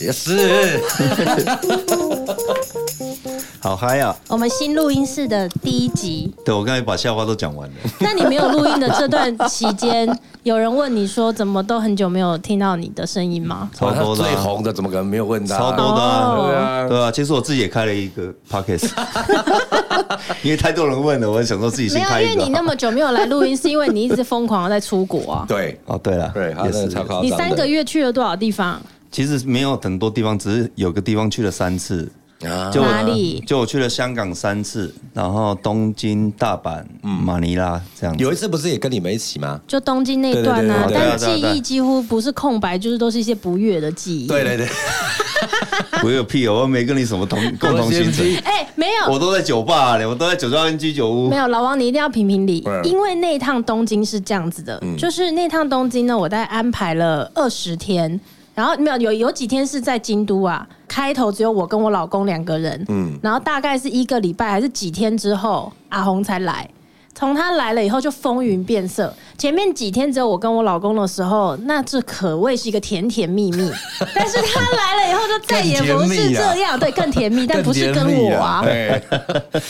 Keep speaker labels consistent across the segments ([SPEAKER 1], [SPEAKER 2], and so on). [SPEAKER 1] 也是，
[SPEAKER 2] 好嗨呀、啊！
[SPEAKER 3] 我们新录音室的第一集。
[SPEAKER 2] 对我刚才把笑话都讲 完了。
[SPEAKER 3] 那你没有录音的这段期间，有人问你说怎么都很久没有听到你的声音吗？
[SPEAKER 2] 超多的啊
[SPEAKER 1] 最红的怎么可能没有问他？
[SPEAKER 2] 超多的啊、
[SPEAKER 3] 哦
[SPEAKER 1] 对啊，
[SPEAKER 2] 对啊，其实我自己也开了一个 podcast，因为太多人问了，我想说自己
[SPEAKER 3] 没
[SPEAKER 2] 先
[SPEAKER 3] 有，
[SPEAKER 2] 开
[SPEAKER 3] 因为
[SPEAKER 2] 一个
[SPEAKER 3] 你那
[SPEAKER 2] 好。
[SPEAKER 3] 么久没有来录音，是因为你一直疯狂的在出国啊。
[SPEAKER 1] 对
[SPEAKER 2] 哦，对了，
[SPEAKER 1] 对，他
[SPEAKER 2] 也
[SPEAKER 1] 真的
[SPEAKER 2] 是
[SPEAKER 1] 超夸张的。
[SPEAKER 3] 你三个月去了多少地方？
[SPEAKER 2] 其实没有很多地方，只是有个地方去了三次。
[SPEAKER 1] 啊
[SPEAKER 2] 就我
[SPEAKER 3] 哪里
[SPEAKER 2] 就我去了香港三次，然后东京、大阪、马尼拉这样
[SPEAKER 1] 嗯
[SPEAKER 2] 子。
[SPEAKER 1] 有一次不是也跟你们一起吗？
[SPEAKER 3] 就东京那段啊，
[SPEAKER 1] 对对对对
[SPEAKER 3] 但
[SPEAKER 2] 对对
[SPEAKER 3] 记
[SPEAKER 2] 对对
[SPEAKER 3] 忆几乎不是空白，就是都是一些不悦的记忆。
[SPEAKER 1] 对 对对，
[SPEAKER 2] 我有屁哦，我没跟你什么同共 同行程，
[SPEAKER 3] 哎、没有，
[SPEAKER 2] 我都在酒吧，啊我都在酒庄跟居酒屋
[SPEAKER 3] 没。有，老王，你一定要评评理
[SPEAKER 1] 嗯，
[SPEAKER 3] 因为那一趟东京是这样子的，就是那趟东京呢，我大概安排了二十天，然后没有有有几天是在京都啊，开头只有我跟我老公两个人，嗯，然后大概是一个礼拜还是几天之后，阿红才来。从他来了以后就风云变色，前面几天只有我跟我老公的时候，那这可谓是一个甜甜蜜 蜜。但是他来了以后就再也不
[SPEAKER 1] 更甜
[SPEAKER 3] 是
[SPEAKER 1] 蜜啊
[SPEAKER 3] 这样，对，更甜蜜，但不是跟我啊，
[SPEAKER 1] 对，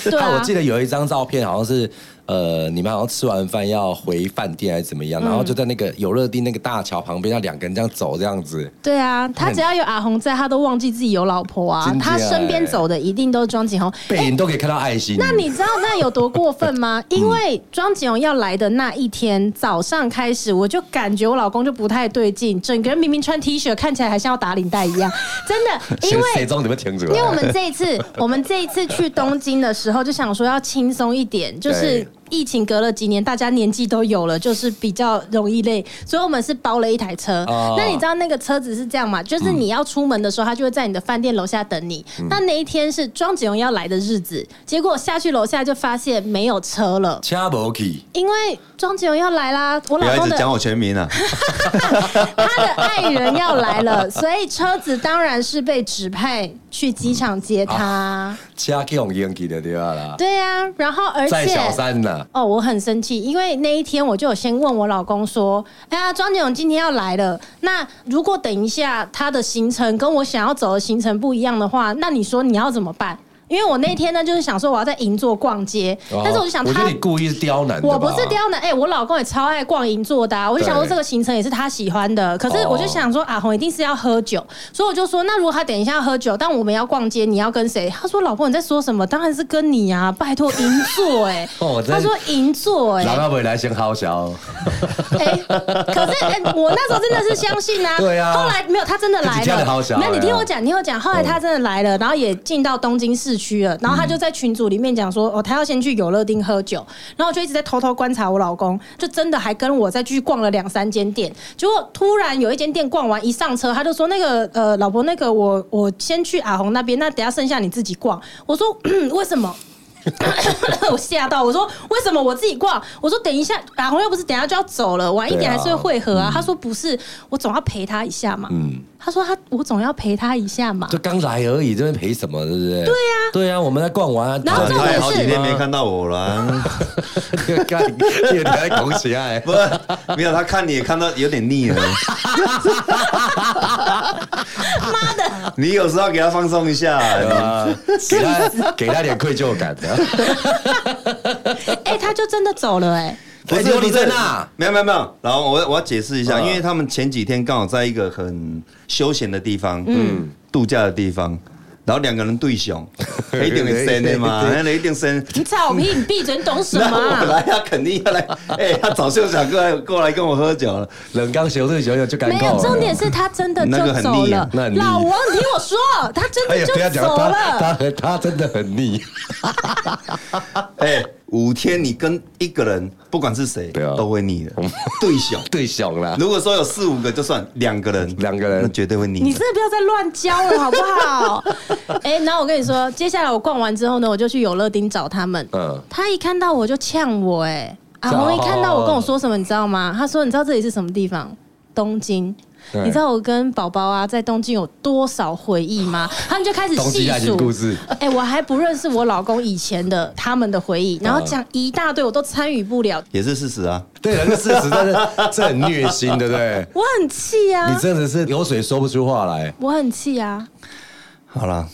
[SPEAKER 3] 对啊
[SPEAKER 1] 我记得有一张照片，好像是呃，你们好像吃完饭要回饭店还是怎么
[SPEAKER 3] 嗯
[SPEAKER 1] 样，然后就在那个游乐地那个大桥旁边，要两个人这样走这样子。
[SPEAKER 3] 对啊，他只要有阿红在，他都忘记自己有老婆啊
[SPEAKER 1] 真。的
[SPEAKER 3] 他
[SPEAKER 1] 耶
[SPEAKER 3] 身边走的一定都是庄景宏。
[SPEAKER 1] 背哎影都可以看到爱心。
[SPEAKER 3] 哎那你知道那有多过分吗？因为庄景宏要来的那一天早上开始，我就感觉我老公就不太对劲，整个人明明穿 T 恤，看起来还像要打领带一样。真的，
[SPEAKER 1] 谁
[SPEAKER 3] 因
[SPEAKER 1] 谁
[SPEAKER 3] 为
[SPEAKER 1] 知道你们停止了？
[SPEAKER 3] 因为我们这 一次，我们这一次去东京的时候，就想说要轻松一点，就是
[SPEAKER 1] 对
[SPEAKER 3] 疫情隔了几年，大家年纪都有了，就是比较容易累，所以我们是包了一台车。
[SPEAKER 1] 哦
[SPEAKER 3] 那你知道那个车子是这样嘛？就是
[SPEAKER 2] 嗯
[SPEAKER 3] 你要出门的时候，它就会在你的饭店楼下等你。那那一天是庄子荣要来的日子，结果下去楼下就发现没有车了。
[SPEAKER 1] 掐不起，
[SPEAKER 3] 因为庄子荣要来啦，我
[SPEAKER 2] 不
[SPEAKER 3] 老
[SPEAKER 2] 要
[SPEAKER 3] 公
[SPEAKER 2] 一直
[SPEAKER 3] 的
[SPEAKER 2] 讲我全名啊！
[SPEAKER 3] 他的爱人要 来了，所以车子当然是被指派去机场接他。
[SPEAKER 2] 啊
[SPEAKER 1] 掐给用烟给的对吧啦？
[SPEAKER 3] 对啊，然后而
[SPEAKER 1] 在
[SPEAKER 3] 且
[SPEAKER 1] 小三呐，
[SPEAKER 3] 哦，我很生气，因为那一天我就有先问我老公说：“哎呀，庄姐勇今天要来了，那如果等一下他的行程跟我想要走的行程不一样的话，那你说你要怎么办？”因为我那天呢，就是想说我要在银座逛街，但是我就想
[SPEAKER 1] 哦我觉
[SPEAKER 3] 他
[SPEAKER 1] 得你故意是刁难的吧，
[SPEAKER 3] 我不是刁难，哎、我老公也超爱逛银座的、啊，我就想说
[SPEAKER 1] 对
[SPEAKER 3] 这个行程也是他喜欢的。可是
[SPEAKER 1] 哦
[SPEAKER 3] 我就想说，阿红一定是要喝酒，所以我就说，那如果他等一下要喝酒，但我们要逛街，你要跟谁？他说，老婆你在说什么？当然是跟你啊，拜托银座、哎
[SPEAKER 1] 哦，真
[SPEAKER 3] 他说银座、
[SPEAKER 1] 人
[SPEAKER 3] 哎，
[SPEAKER 1] 家未来先好笑，
[SPEAKER 3] 哎，可是哎、我那时候真的是相信啊，
[SPEAKER 1] 对啊
[SPEAKER 3] 后来没有，他真的来
[SPEAKER 1] 自己家的好小
[SPEAKER 3] 了，
[SPEAKER 1] 孩
[SPEAKER 3] 没
[SPEAKER 1] 啊
[SPEAKER 3] 有，你听我讲，你听我讲，后来他真的来了，然后也进到东京市区
[SPEAKER 1] 嗯
[SPEAKER 3] 了，然后他就在群组里面讲说，哦，他要先去有乐町喝酒，然后我就一直在偷偷观察我老公，就真的还跟我再去逛了两三间店，结果突然有一间店逛完，一上车他就说那个呃，老婆那个我我先去阿红那边，那等下剩下你自己逛，我说 嗯为什么？ 我吓到，我说为什么我自己逛？我说等一下，阿红又不是等一下就要走了，晚一点还是会会合啊。他说不是，我总要陪他一下嘛。
[SPEAKER 1] 嗯，
[SPEAKER 3] 他说他我总要陪他一下嘛
[SPEAKER 1] 就。刚来而已，这边赔什么，对不对？对呀，对呀，我们在逛完啊，
[SPEAKER 3] 然后重
[SPEAKER 2] 他
[SPEAKER 3] 点
[SPEAKER 2] 也
[SPEAKER 3] 是
[SPEAKER 2] 好几天没看到我了，
[SPEAKER 1] 干，你还拱起来，
[SPEAKER 2] 不是，没有他看你也看到有点腻了。
[SPEAKER 3] 妈的，
[SPEAKER 2] 你有时候给他放松一下，
[SPEAKER 1] 啊给他给他点愧疚感啊的，
[SPEAKER 3] 哎、他就真的走了哎、
[SPEAKER 2] 不是
[SPEAKER 1] 哎琉
[SPEAKER 2] 不
[SPEAKER 1] 璃
[SPEAKER 2] 是
[SPEAKER 1] 在那，
[SPEAKER 2] 没有没有没有。然后我我要解释一下，
[SPEAKER 1] 嗯
[SPEAKER 2] 因为他们前几天刚好在一个很休闲的地方，嗯，度假的地方，然后两个人对 熊，一定会生的嘛，那一定生。
[SPEAKER 3] 你吵屁，你闭嘴，你懂什
[SPEAKER 2] 那
[SPEAKER 3] 么、
[SPEAKER 2] 我
[SPEAKER 3] 啊？
[SPEAKER 2] 来，他肯定要来。哎，他早就想过来过来跟我喝酒了。
[SPEAKER 1] 冷刚球队球友就尴
[SPEAKER 3] 没
[SPEAKER 1] 尬
[SPEAKER 3] 有，
[SPEAKER 1] 了。
[SPEAKER 3] 重点是他真的
[SPEAKER 2] 那个
[SPEAKER 3] 就
[SPEAKER 2] 很
[SPEAKER 3] 走
[SPEAKER 2] 腻
[SPEAKER 3] 了
[SPEAKER 2] 啊。
[SPEAKER 1] 那很腻
[SPEAKER 3] 老王，你听我说，他真
[SPEAKER 1] 哎
[SPEAKER 3] 的
[SPEAKER 1] 呀，
[SPEAKER 3] 就
[SPEAKER 1] 不要讲
[SPEAKER 3] 走
[SPEAKER 1] 他，
[SPEAKER 3] 了。
[SPEAKER 1] 他很他真的很腻，
[SPEAKER 2] 哎，五天你跟一个人，不管是谁，
[SPEAKER 1] 对啊
[SPEAKER 2] 都 会腻的。对熊，
[SPEAKER 1] 对熊 啦，
[SPEAKER 2] 如果说有四五个就算，两个人，
[SPEAKER 1] 两个人
[SPEAKER 2] 那绝对会腻的。
[SPEAKER 3] 你真的不要再乱教了，好不好？ 哎、然后我跟你说，接下来我逛完之后呢，我就去有乐町找他们。
[SPEAKER 1] 嗯
[SPEAKER 3] 他一看到我就呛我、哎，阿
[SPEAKER 1] 哦
[SPEAKER 3] 红一看到我跟我说什么，你知道吗？他说：“你知道这里是什么地方？东京。”
[SPEAKER 1] 对
[SPEAKER 3] 你知道我跟宝宝啊在东京有多少回忆 吗？他们就开始
[SPEAKER 1] 东
[SPEAKER 3] 细
[SPEAKER 1] 京爱情
[SPEAKER 3] 数
[SPEAKER 1] 故事
[SPEAKER 3] 哎、我还不认识我老公以前的他们的回
[SPEAKER 1] 嗯
[SPEAKER 3] 忆，然后讲一大堆，我都参与不了，
[SPEAKER 2] 也是事实啊。
[SPEAKER 1] 对了，那事实真的这很虐心，对不对？
[SPEAKER 3] 我很气
[SPEAKER 1] 你
[SPEAKER 3] 啊，
[SPEAKER 1] 真的是流水说不出话来，
[SPEAKER 3] 我很气啊。
[SPEAKER 2] 好啦，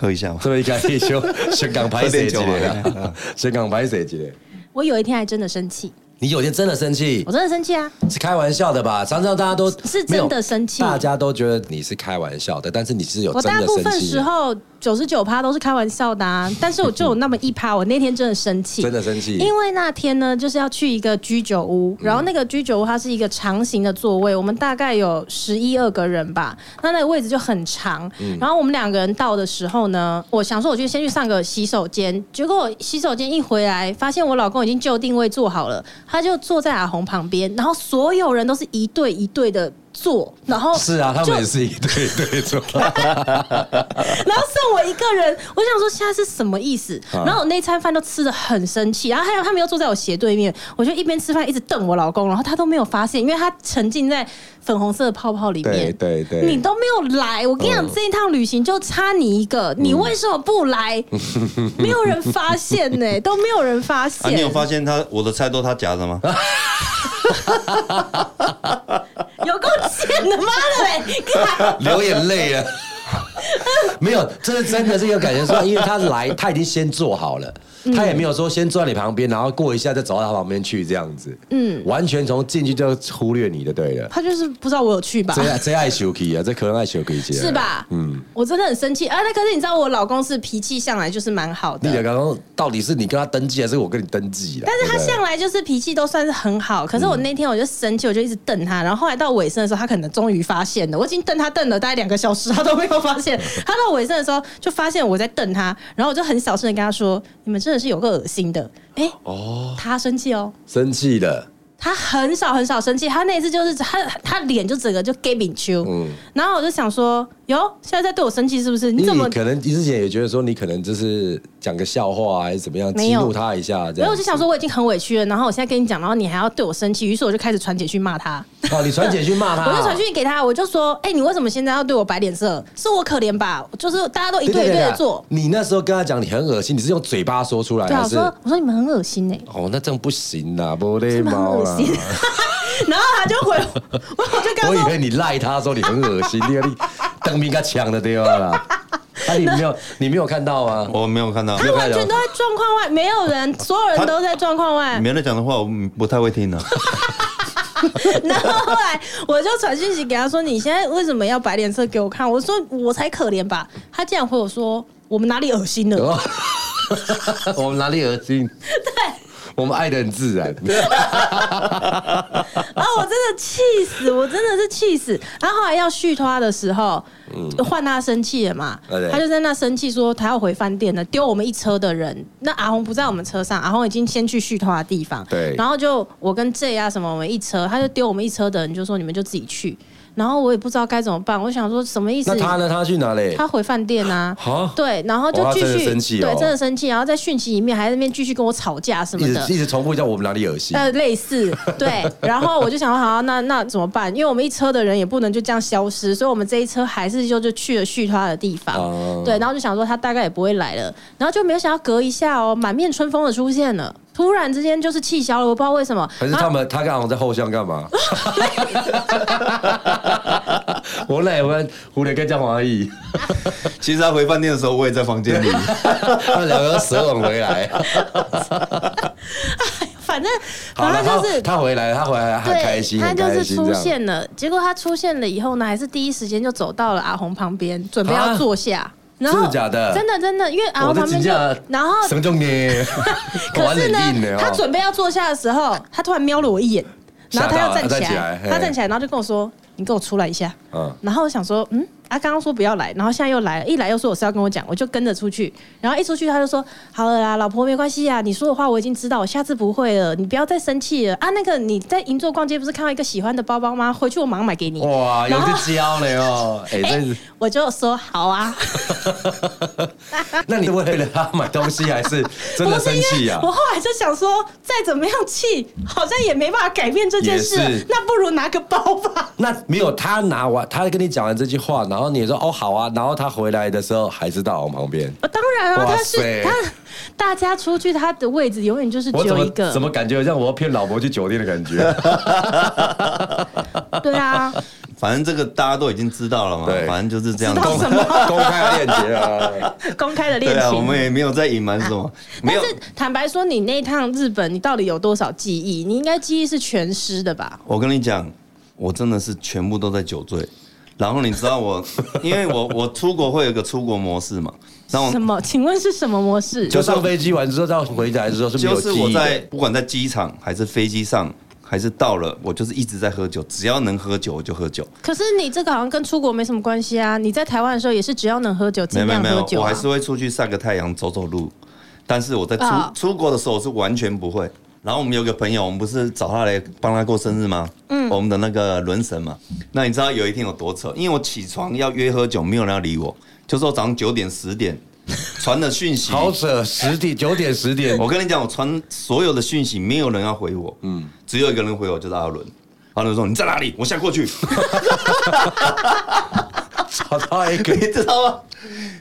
[SPEAKER 2] 喝一下吧。
[SPEAKER 1] 这么一开始就香港拍谁级
[SPEAKER 2] 喝点酒
[SPEAKER 1] 的，香港拍谁级的。
[SPEAKER 3] 我有一天还真的生气，
[SPEAKER 1] 你有天真的生气
[SPEAKER 3] 我，真的生气啊！
[SPEAKER 1] 是开玩笑的吧？常常大家都
[SPEAKER 3] 是真的生气
[SPEAKER 1] 没有大家都觉得你是开玩笑的，但是你是有
[SPEAKER 3] 我
[SPEAKER 1] 真的
[SPEAKER 3] 大部分
[SPEAKER 1] 生气
[SPEAKER 3] 时，候九十九趴都是开玩笑的 啊，但是我就有那么一趴，我那天真的生气，
[SPEAKER 1] 真的生气。嗯
[SPEAKER 3] 因为那天呢，就是要去一个居酒屋，然后那个居酒屋它是一个长形的座位，我们大概有十一二个人吧，那那个位置就很长。
[SPEAKER 1] 嗯
[SPEAKER 3] 然后我们两个人到的时候呢，我想说我就先去上个洗手间，结果我洗手间一回来，发现我老公已经就定位坐好了，他就坐在阿红旁边，然后所有人都是一对一对的坐，然后
[SPEAKER 1] 是啊，他
[SPEAKER 3] 就
[SPEAKER 1] 们也是一对一对做。
[SPEAKER 3] 然后剩我一个人，我想说现在是什么意思？
[SPEAKER 1] 啊
[SPEAKER 3] 然后我那餐饭都吃的很生气，然后还有他们又坐在我斜对面，我就一边吃饭一直瞪我老公，然后他都没有发现，因为他沉浸在粉红色的泡泡里面。
[SPEAKER 1] 对对对嗯
[SPEAKER 3] 你都没有来，我跟你讲，这一趟旅行就差你一个，你为什么不 来？没有人发现呢、都没有人发
[SPEAKER 2] 啊，
[SPEAKER 3] 现。
[SPEAKER 2] 你有发现他我的菜都他夹的吗？
[SPEAKER 1] 啊
[SPEAKER 3] 有够贱的，妈的嘞！ 干
[SPEAKER 1] 流眼泪 了。没有，真的真的是有感觉说，因为他来，他已经先做好了，
[SPEAKER 3] 嗯
[SPEAKER 1] 他也没有说先坐在你旁边，然后过一下再走到他旁边去这样子，嗯，完全从进去就忽略你就对 了。
[SPEAKER 3] 他就是不知道我有去吧？
[SPEAKER 1] 这爱这爱休克啊，这可能爱休克姐
[SPEAKER 3] 是？吧？嗯，我真的很生气啊！那可是你知道，我老公是脾气向来就是蛮好
[SPEAKER 1] 你的
[SPEAKER 3] 的，
[SPEAKER 1] 刚刚到底是你跟他登记还是我跟你登记啦？
[SPEAKER 3] 但是
[SPEAKER 1] 对
[SPEAKER 3] 他
[SPEAKER 1] 不嗯对
[SPEAKER 3] 向来就是脾气都算是很好，可是我那天我就生气，我就一直瞪他，然后后来到尾声的时候，他可能终于发现了，我已经瞪他瞪了大概两个小时，他都没有 发现。他到尾声的时候就发现我在瞪他，然后我就很小声的跟他说：“你们真的是有个恶心的。哎，哦，他生气哦。
[SPEAKER 1] 生气了，
[SPEAKER 3] 他很少很少生气，他那一次就是他他脸就整个就 gay 饼丘，
[SPEAKER 1] 嗯
[SPEAKER 3] 然后我就想说，哟，现在在对我生气是不是？你
[SPEAKER 1] 因
[SPEAKER 3] 怎
[SPEAKER 1] 为
[SPEAKER 3] 么
[SPEAKER 1] 你可能之前也觉得说你可能就是讲个笑话啊还是怎么样
[SPEAKER 3] 没
[SPEAKER 1] 激
[SPEAKER 3] 有
[SPEAKER 1] 怒他一下这
[SPEAKER 3] 没有，
[SPEAKER 1] 样
[SPEAKER 3] 我就。想说我已经很委屈了，然后我现在跟你讲，然后你还要对我生气，于是我就开始传简讯骂他，
[SPEAKER 1] 哦，你传简讯骂他啊，
[SPEAKER 3] 我就传讯息给他，我就说，哎、你为什么现在要对我摆脸色？是我可怜吧？就是大家都一对一对的做，
[SPEAKER 1] 你那时候跟他讲你很恶心，你是用嘴巴说出来
[SPEAKER 3] 对啊，
[SPEAKER 1] 还
[SPEAKER 3] 我
[SPEAKER 1] 是？
[SPEAKER 3] 说我说你们很恶心哎、
[SPEAKER 1] 哦，那这样不行啦，不礼
[SPEAKER 3] 你们很
[SPEAKER 1] 貌
[SPEAKER 3] 恶
[SPEAKER 1] 啦。
[SPEAKER 3] 心。然后他就回我，我就跟他
[SPEAKER 1] 我以
[SPEAKER 3] 说，
[SPEAKER 1] 为你赖他说你很恶心，你你当兵给他抢的对吧啦？啊，你没有你没有看到吗？
[SPEAKER 2] 我没有看到，
[SPEAKER 3] 他完全都在状况外，没有人，所有人都在状况外
[SPEAKER 2] 你。们在讲的话，我不太 会听的。啊
[SPEAKER 3] 然后后来我就传讯息给他说：“你现在为什么要摆脸色给我看？”我说：“我才可怜吧。”他竟然回我说：“我们哪里恶心了？”
[SPEAKER 1] 哦 我们哪里恶心？对，我们爱的很自然。
[SPEAKER 3] 啊！我真的气死，我真的是气死。然后后来要续托他的时候，换他生气了嘛
[SPEAKER 1] 啊嗯对，
[SPEAKER 3] 他就在那生气说他要回饭店了，丢我们一车的人。那阿红不在我们车上，阿红已经先去续托他的地方。
[SPEAKER 1] 对
[SPEAKER 3] 然后就我跟 J 啊什么，我们一车，他就丢我们一车的人，就说你们就自己去。然后我也不知道该怎么办，我想说什么意思？
[SPEAKER 1] 那他呢？他去哪里？
[SPEAKER 3] 他回饭店啊
[SPEAKER 1] 啊，
[SPEAKER 3] 对，然后就
[SPEAKER 1] 哇他
[SPEAKER 3] 继
[SPEAKER 1] 真的
[SPEAKER 3] 续
[SPEAKER 1] 生气哦
[SPEAKER 3] 对，真的生气，然后在讯息里面还在那边继续跟我吵架什
[SPEAKER 1] 一
[SPEAKER 3] 么的
[SPEAKER 1] 直。一直重复一下我们哪里恶心。
[SPEAKER 3] 呃，类似对，然后我就想说，好，那那怎么办？因为我们一车的人也不能就这样消失，所以我们这一车还是就就去了续他的地方，
[SPEAKER 1] 哦
[SPEAKER 3] 对，然后就想说他大概也不会来了，然后就没有想到隔一下哦，满面春风的出现了，突然之间就是气消了，我不知道为什么，
[SPEAKER 1] 还是
[SPEAKER 3] 然后
[SPEAKER 1] 他们他刚好在后巷干 嘛？我来我们湖南跟江华义，
[SPEAKER 2] 其实他回饭店的时候，我也在房间里。
[SPEAKER 1] 他们两个蛇吻回 来。
[SPEAKER 3] 反正
[SPEAKER 1] 好
[SPEAKER 3] 反
[SPEAKER 1] 了，
[SPEAKER 3] 正
[SPEAKER 1] 他
[SPEAKER 3] 啊就是。
[SPEAKER 1] 他回来，他回来很
[SPEAKER 3] 对，
[SPEAKER 1] 开心，
[SPEAKER 3] 他
[SPEAKER 1] 很
[SPEAKER 3] 就
[SPEAKER 1] 开
[SPEAKER 3] 是
[SPEAKER 1] 心
[SPEAKER 3] 出
[SPEAKER 1] 这样。
[SPEAKER 3] 现了，结果他出现了以后呢，还是第一时间就走到了阿红旁边，准备
[SPEAKER 1] 啊
[SPEAKER 3] 要坐下。然后
[SPEAKER 1] 真的假的
[SPEAKER 3] 真的真的，因为阿
[SPEAKER 1] 我
[SPEAKER 3] 红
[SPEAKER 1] 的
[SPEAKER 3] 旁边
[SPEAKER 1] 请
[SPEAKER 3] 就
[SPEAKER 1] 假，
[SPEAKER 3] 然后
[SPEAKER 1] 什么重 点？
[SPEAKER 3] 可是
[SPEAKER 1] 玩
[SPEAKER 3] 呢
[SPEAKER 1] 得很硬，哦
[SPEAKER 3] 他准备要坐下的时候，他突然瞄了我一眼，然后他要
[SPEAKER 1] 吓
[SPEAKER 3] 站
[SPEAKER 1] 到了啊他站
[SPEAKER 3] 起
[SPEAKER 1] 起来
[SPEAKER 3] 来，
[SPEAKER 1] 嘿
[SPEAKER 3] 他站起来，然后就跟我说：“你跟我出来一下。”
[SPEAKER 1] 嗯
[SPEAKER 3] 然后我想说，嗯，啊，刚刚说不要来，然后现在又来了，一来又说我是要跟我讲，我就跟着出去，然后一出去他就说：“好了啦，老婆没关系啊，你说的话我已经知道，我下次不会了，你不要再生气了啊。”那个你在银座逛街不是看到一个喜欢的包包吗？回去我马上买给你。
[SPEAKER 1] 哇，有
[SPEAKER 3] 然后
[SPEAKER 1] 这教了哦！哎，
[SPEAKER 3] 哎、
[SPEAKER 1] 真是。
[SPEAKER 3] 我就说好啊，
[SPEAKER 1] 那你为了他买东西，还 是真
[SPEAKER 3] 不
[SPEAKER 1] 的
[SPEAKER 3] 是
[SPEAKER 1] 生
[SPEAKER 3] 因
[SPEAKER 1] 气啊
[SPEAKER 3] 为
[SPEAKER 2] 啊
[SPEAKER 1] 呀？
[SPEAKER 3] 哎我后来就想说，再怎么样气，好像也没办法改变这件事
[SPEAKER 1] 也是，
[SPEAKER 3] 那不如拿个包吧。
[SPEAKER 1] 那没有他拿完，他跟你讲完这句话，然后你说哦好啊，然后他回来的时候还是到我旁边。
[SPEAKER 3] 呃当然啊，
[SPEAKER 1] 哇
[SPEAKER 3] 他是
[SPEAKER 1] 塞
[SPEAKER 3] 他，大家出去他的位置永远就是 只
[SPEAKER 1] 我怎
[SPEAKER 3] 有
[SPEAKER 1] 么
[SPEAKER 3] 一个
[SPEAKER 1] 怎，么感觉像我要骗老婆去酒店的感觉？
[SPEAKER 3] 对 啊，
[SPEAKER 2] 反正这个大家都已经知道了嘛
[SPEAKER 1] 对，
[SPEAKER 2] 反正就是这样
[SPEAKER 3] 知道
[SPEAKER 2] 子。
[SPEAKER 3] 什么
[SPEAKER 1] 公开链接 啊！
[SPEAKER 3] 公开的
[SPEAKER 2] 对
[SPEAKER 3] 恋
[SPEAKER 2] 啊，我
[SPEAKER 3] 情啊
[SPEAKER 2] 们。也没有在隐瞒什么，没
[SPEAKER 3] 但
[SPEAKER 2] 有。
[SPEAKER 3] 是坦白说，你那一趟日本，你到底有多少记忆？你应该记忆是全失的吧？
[SPEAKER 2] 我跟你讲，我真的是全部都在酒醉。然后你知道我，因为我我出国会有一个出国模式嘛，然后
[SPEAKER 3] 什么？请问是什么模式？
[SPEAKER 1] 就上飞机完之后到回来的时候是没
[SPEAKER 2] 就
[SPEAKER 1] 有
[SPEAKER 2] 是
[SPEAKER 1] 记
[SPEAKER 2] 我
[SPEAKER 1] 忆
[SPEAKER 2] 在
[SPEAKER 1] 的。
[SPEAKER 2] 不管在机场还是飞机上，还是到了，我就是一直在喝酒，只要能喝酒我就喝酒。
[SPEAKER 3] 可是你这个好像跟出国没什么关系啊！你在台湾的时候也是只要能喝酒，
[SPEAKER 2] 没有
[SPEAKER 3] 尽
[SPEAKER 2] 没有
[SPEAKER 3] 量
[SPEAKER 2] 没
[SPEAKER 3] 喝
[SPEAKER 2] 有，
[SPEAKER 3] 酒、
[SPEAKER 2] 我
[SPEAKER 3] 啊
[SPEAKER 2] 还。是会出去晒个太阳、走走路。但是我在出、
[SPEAKER 3] 啊
[SPEAKER 2] 出国的时候，我是完全不会。然后我们有个朋友，我们不是找他来帮他过生日吗？嗯，我们的那个轮神嘛。那你知道有一天有多扯？因为我起床要约喝酒，没有人要理我，就说早上九点十点传的讯息。
[SPEAKER 1] 好扯，十点九点十点，
[SPEAKER 2] 我跟你讲，我传所有的讯息，没有人要回我，嗯，只有一个人回我，就是阿伦。阿伦说：“你在哪里？我现在过去。”
[SPEAKER 1] 找到一个
[SPEAKER 2] 你知道吗？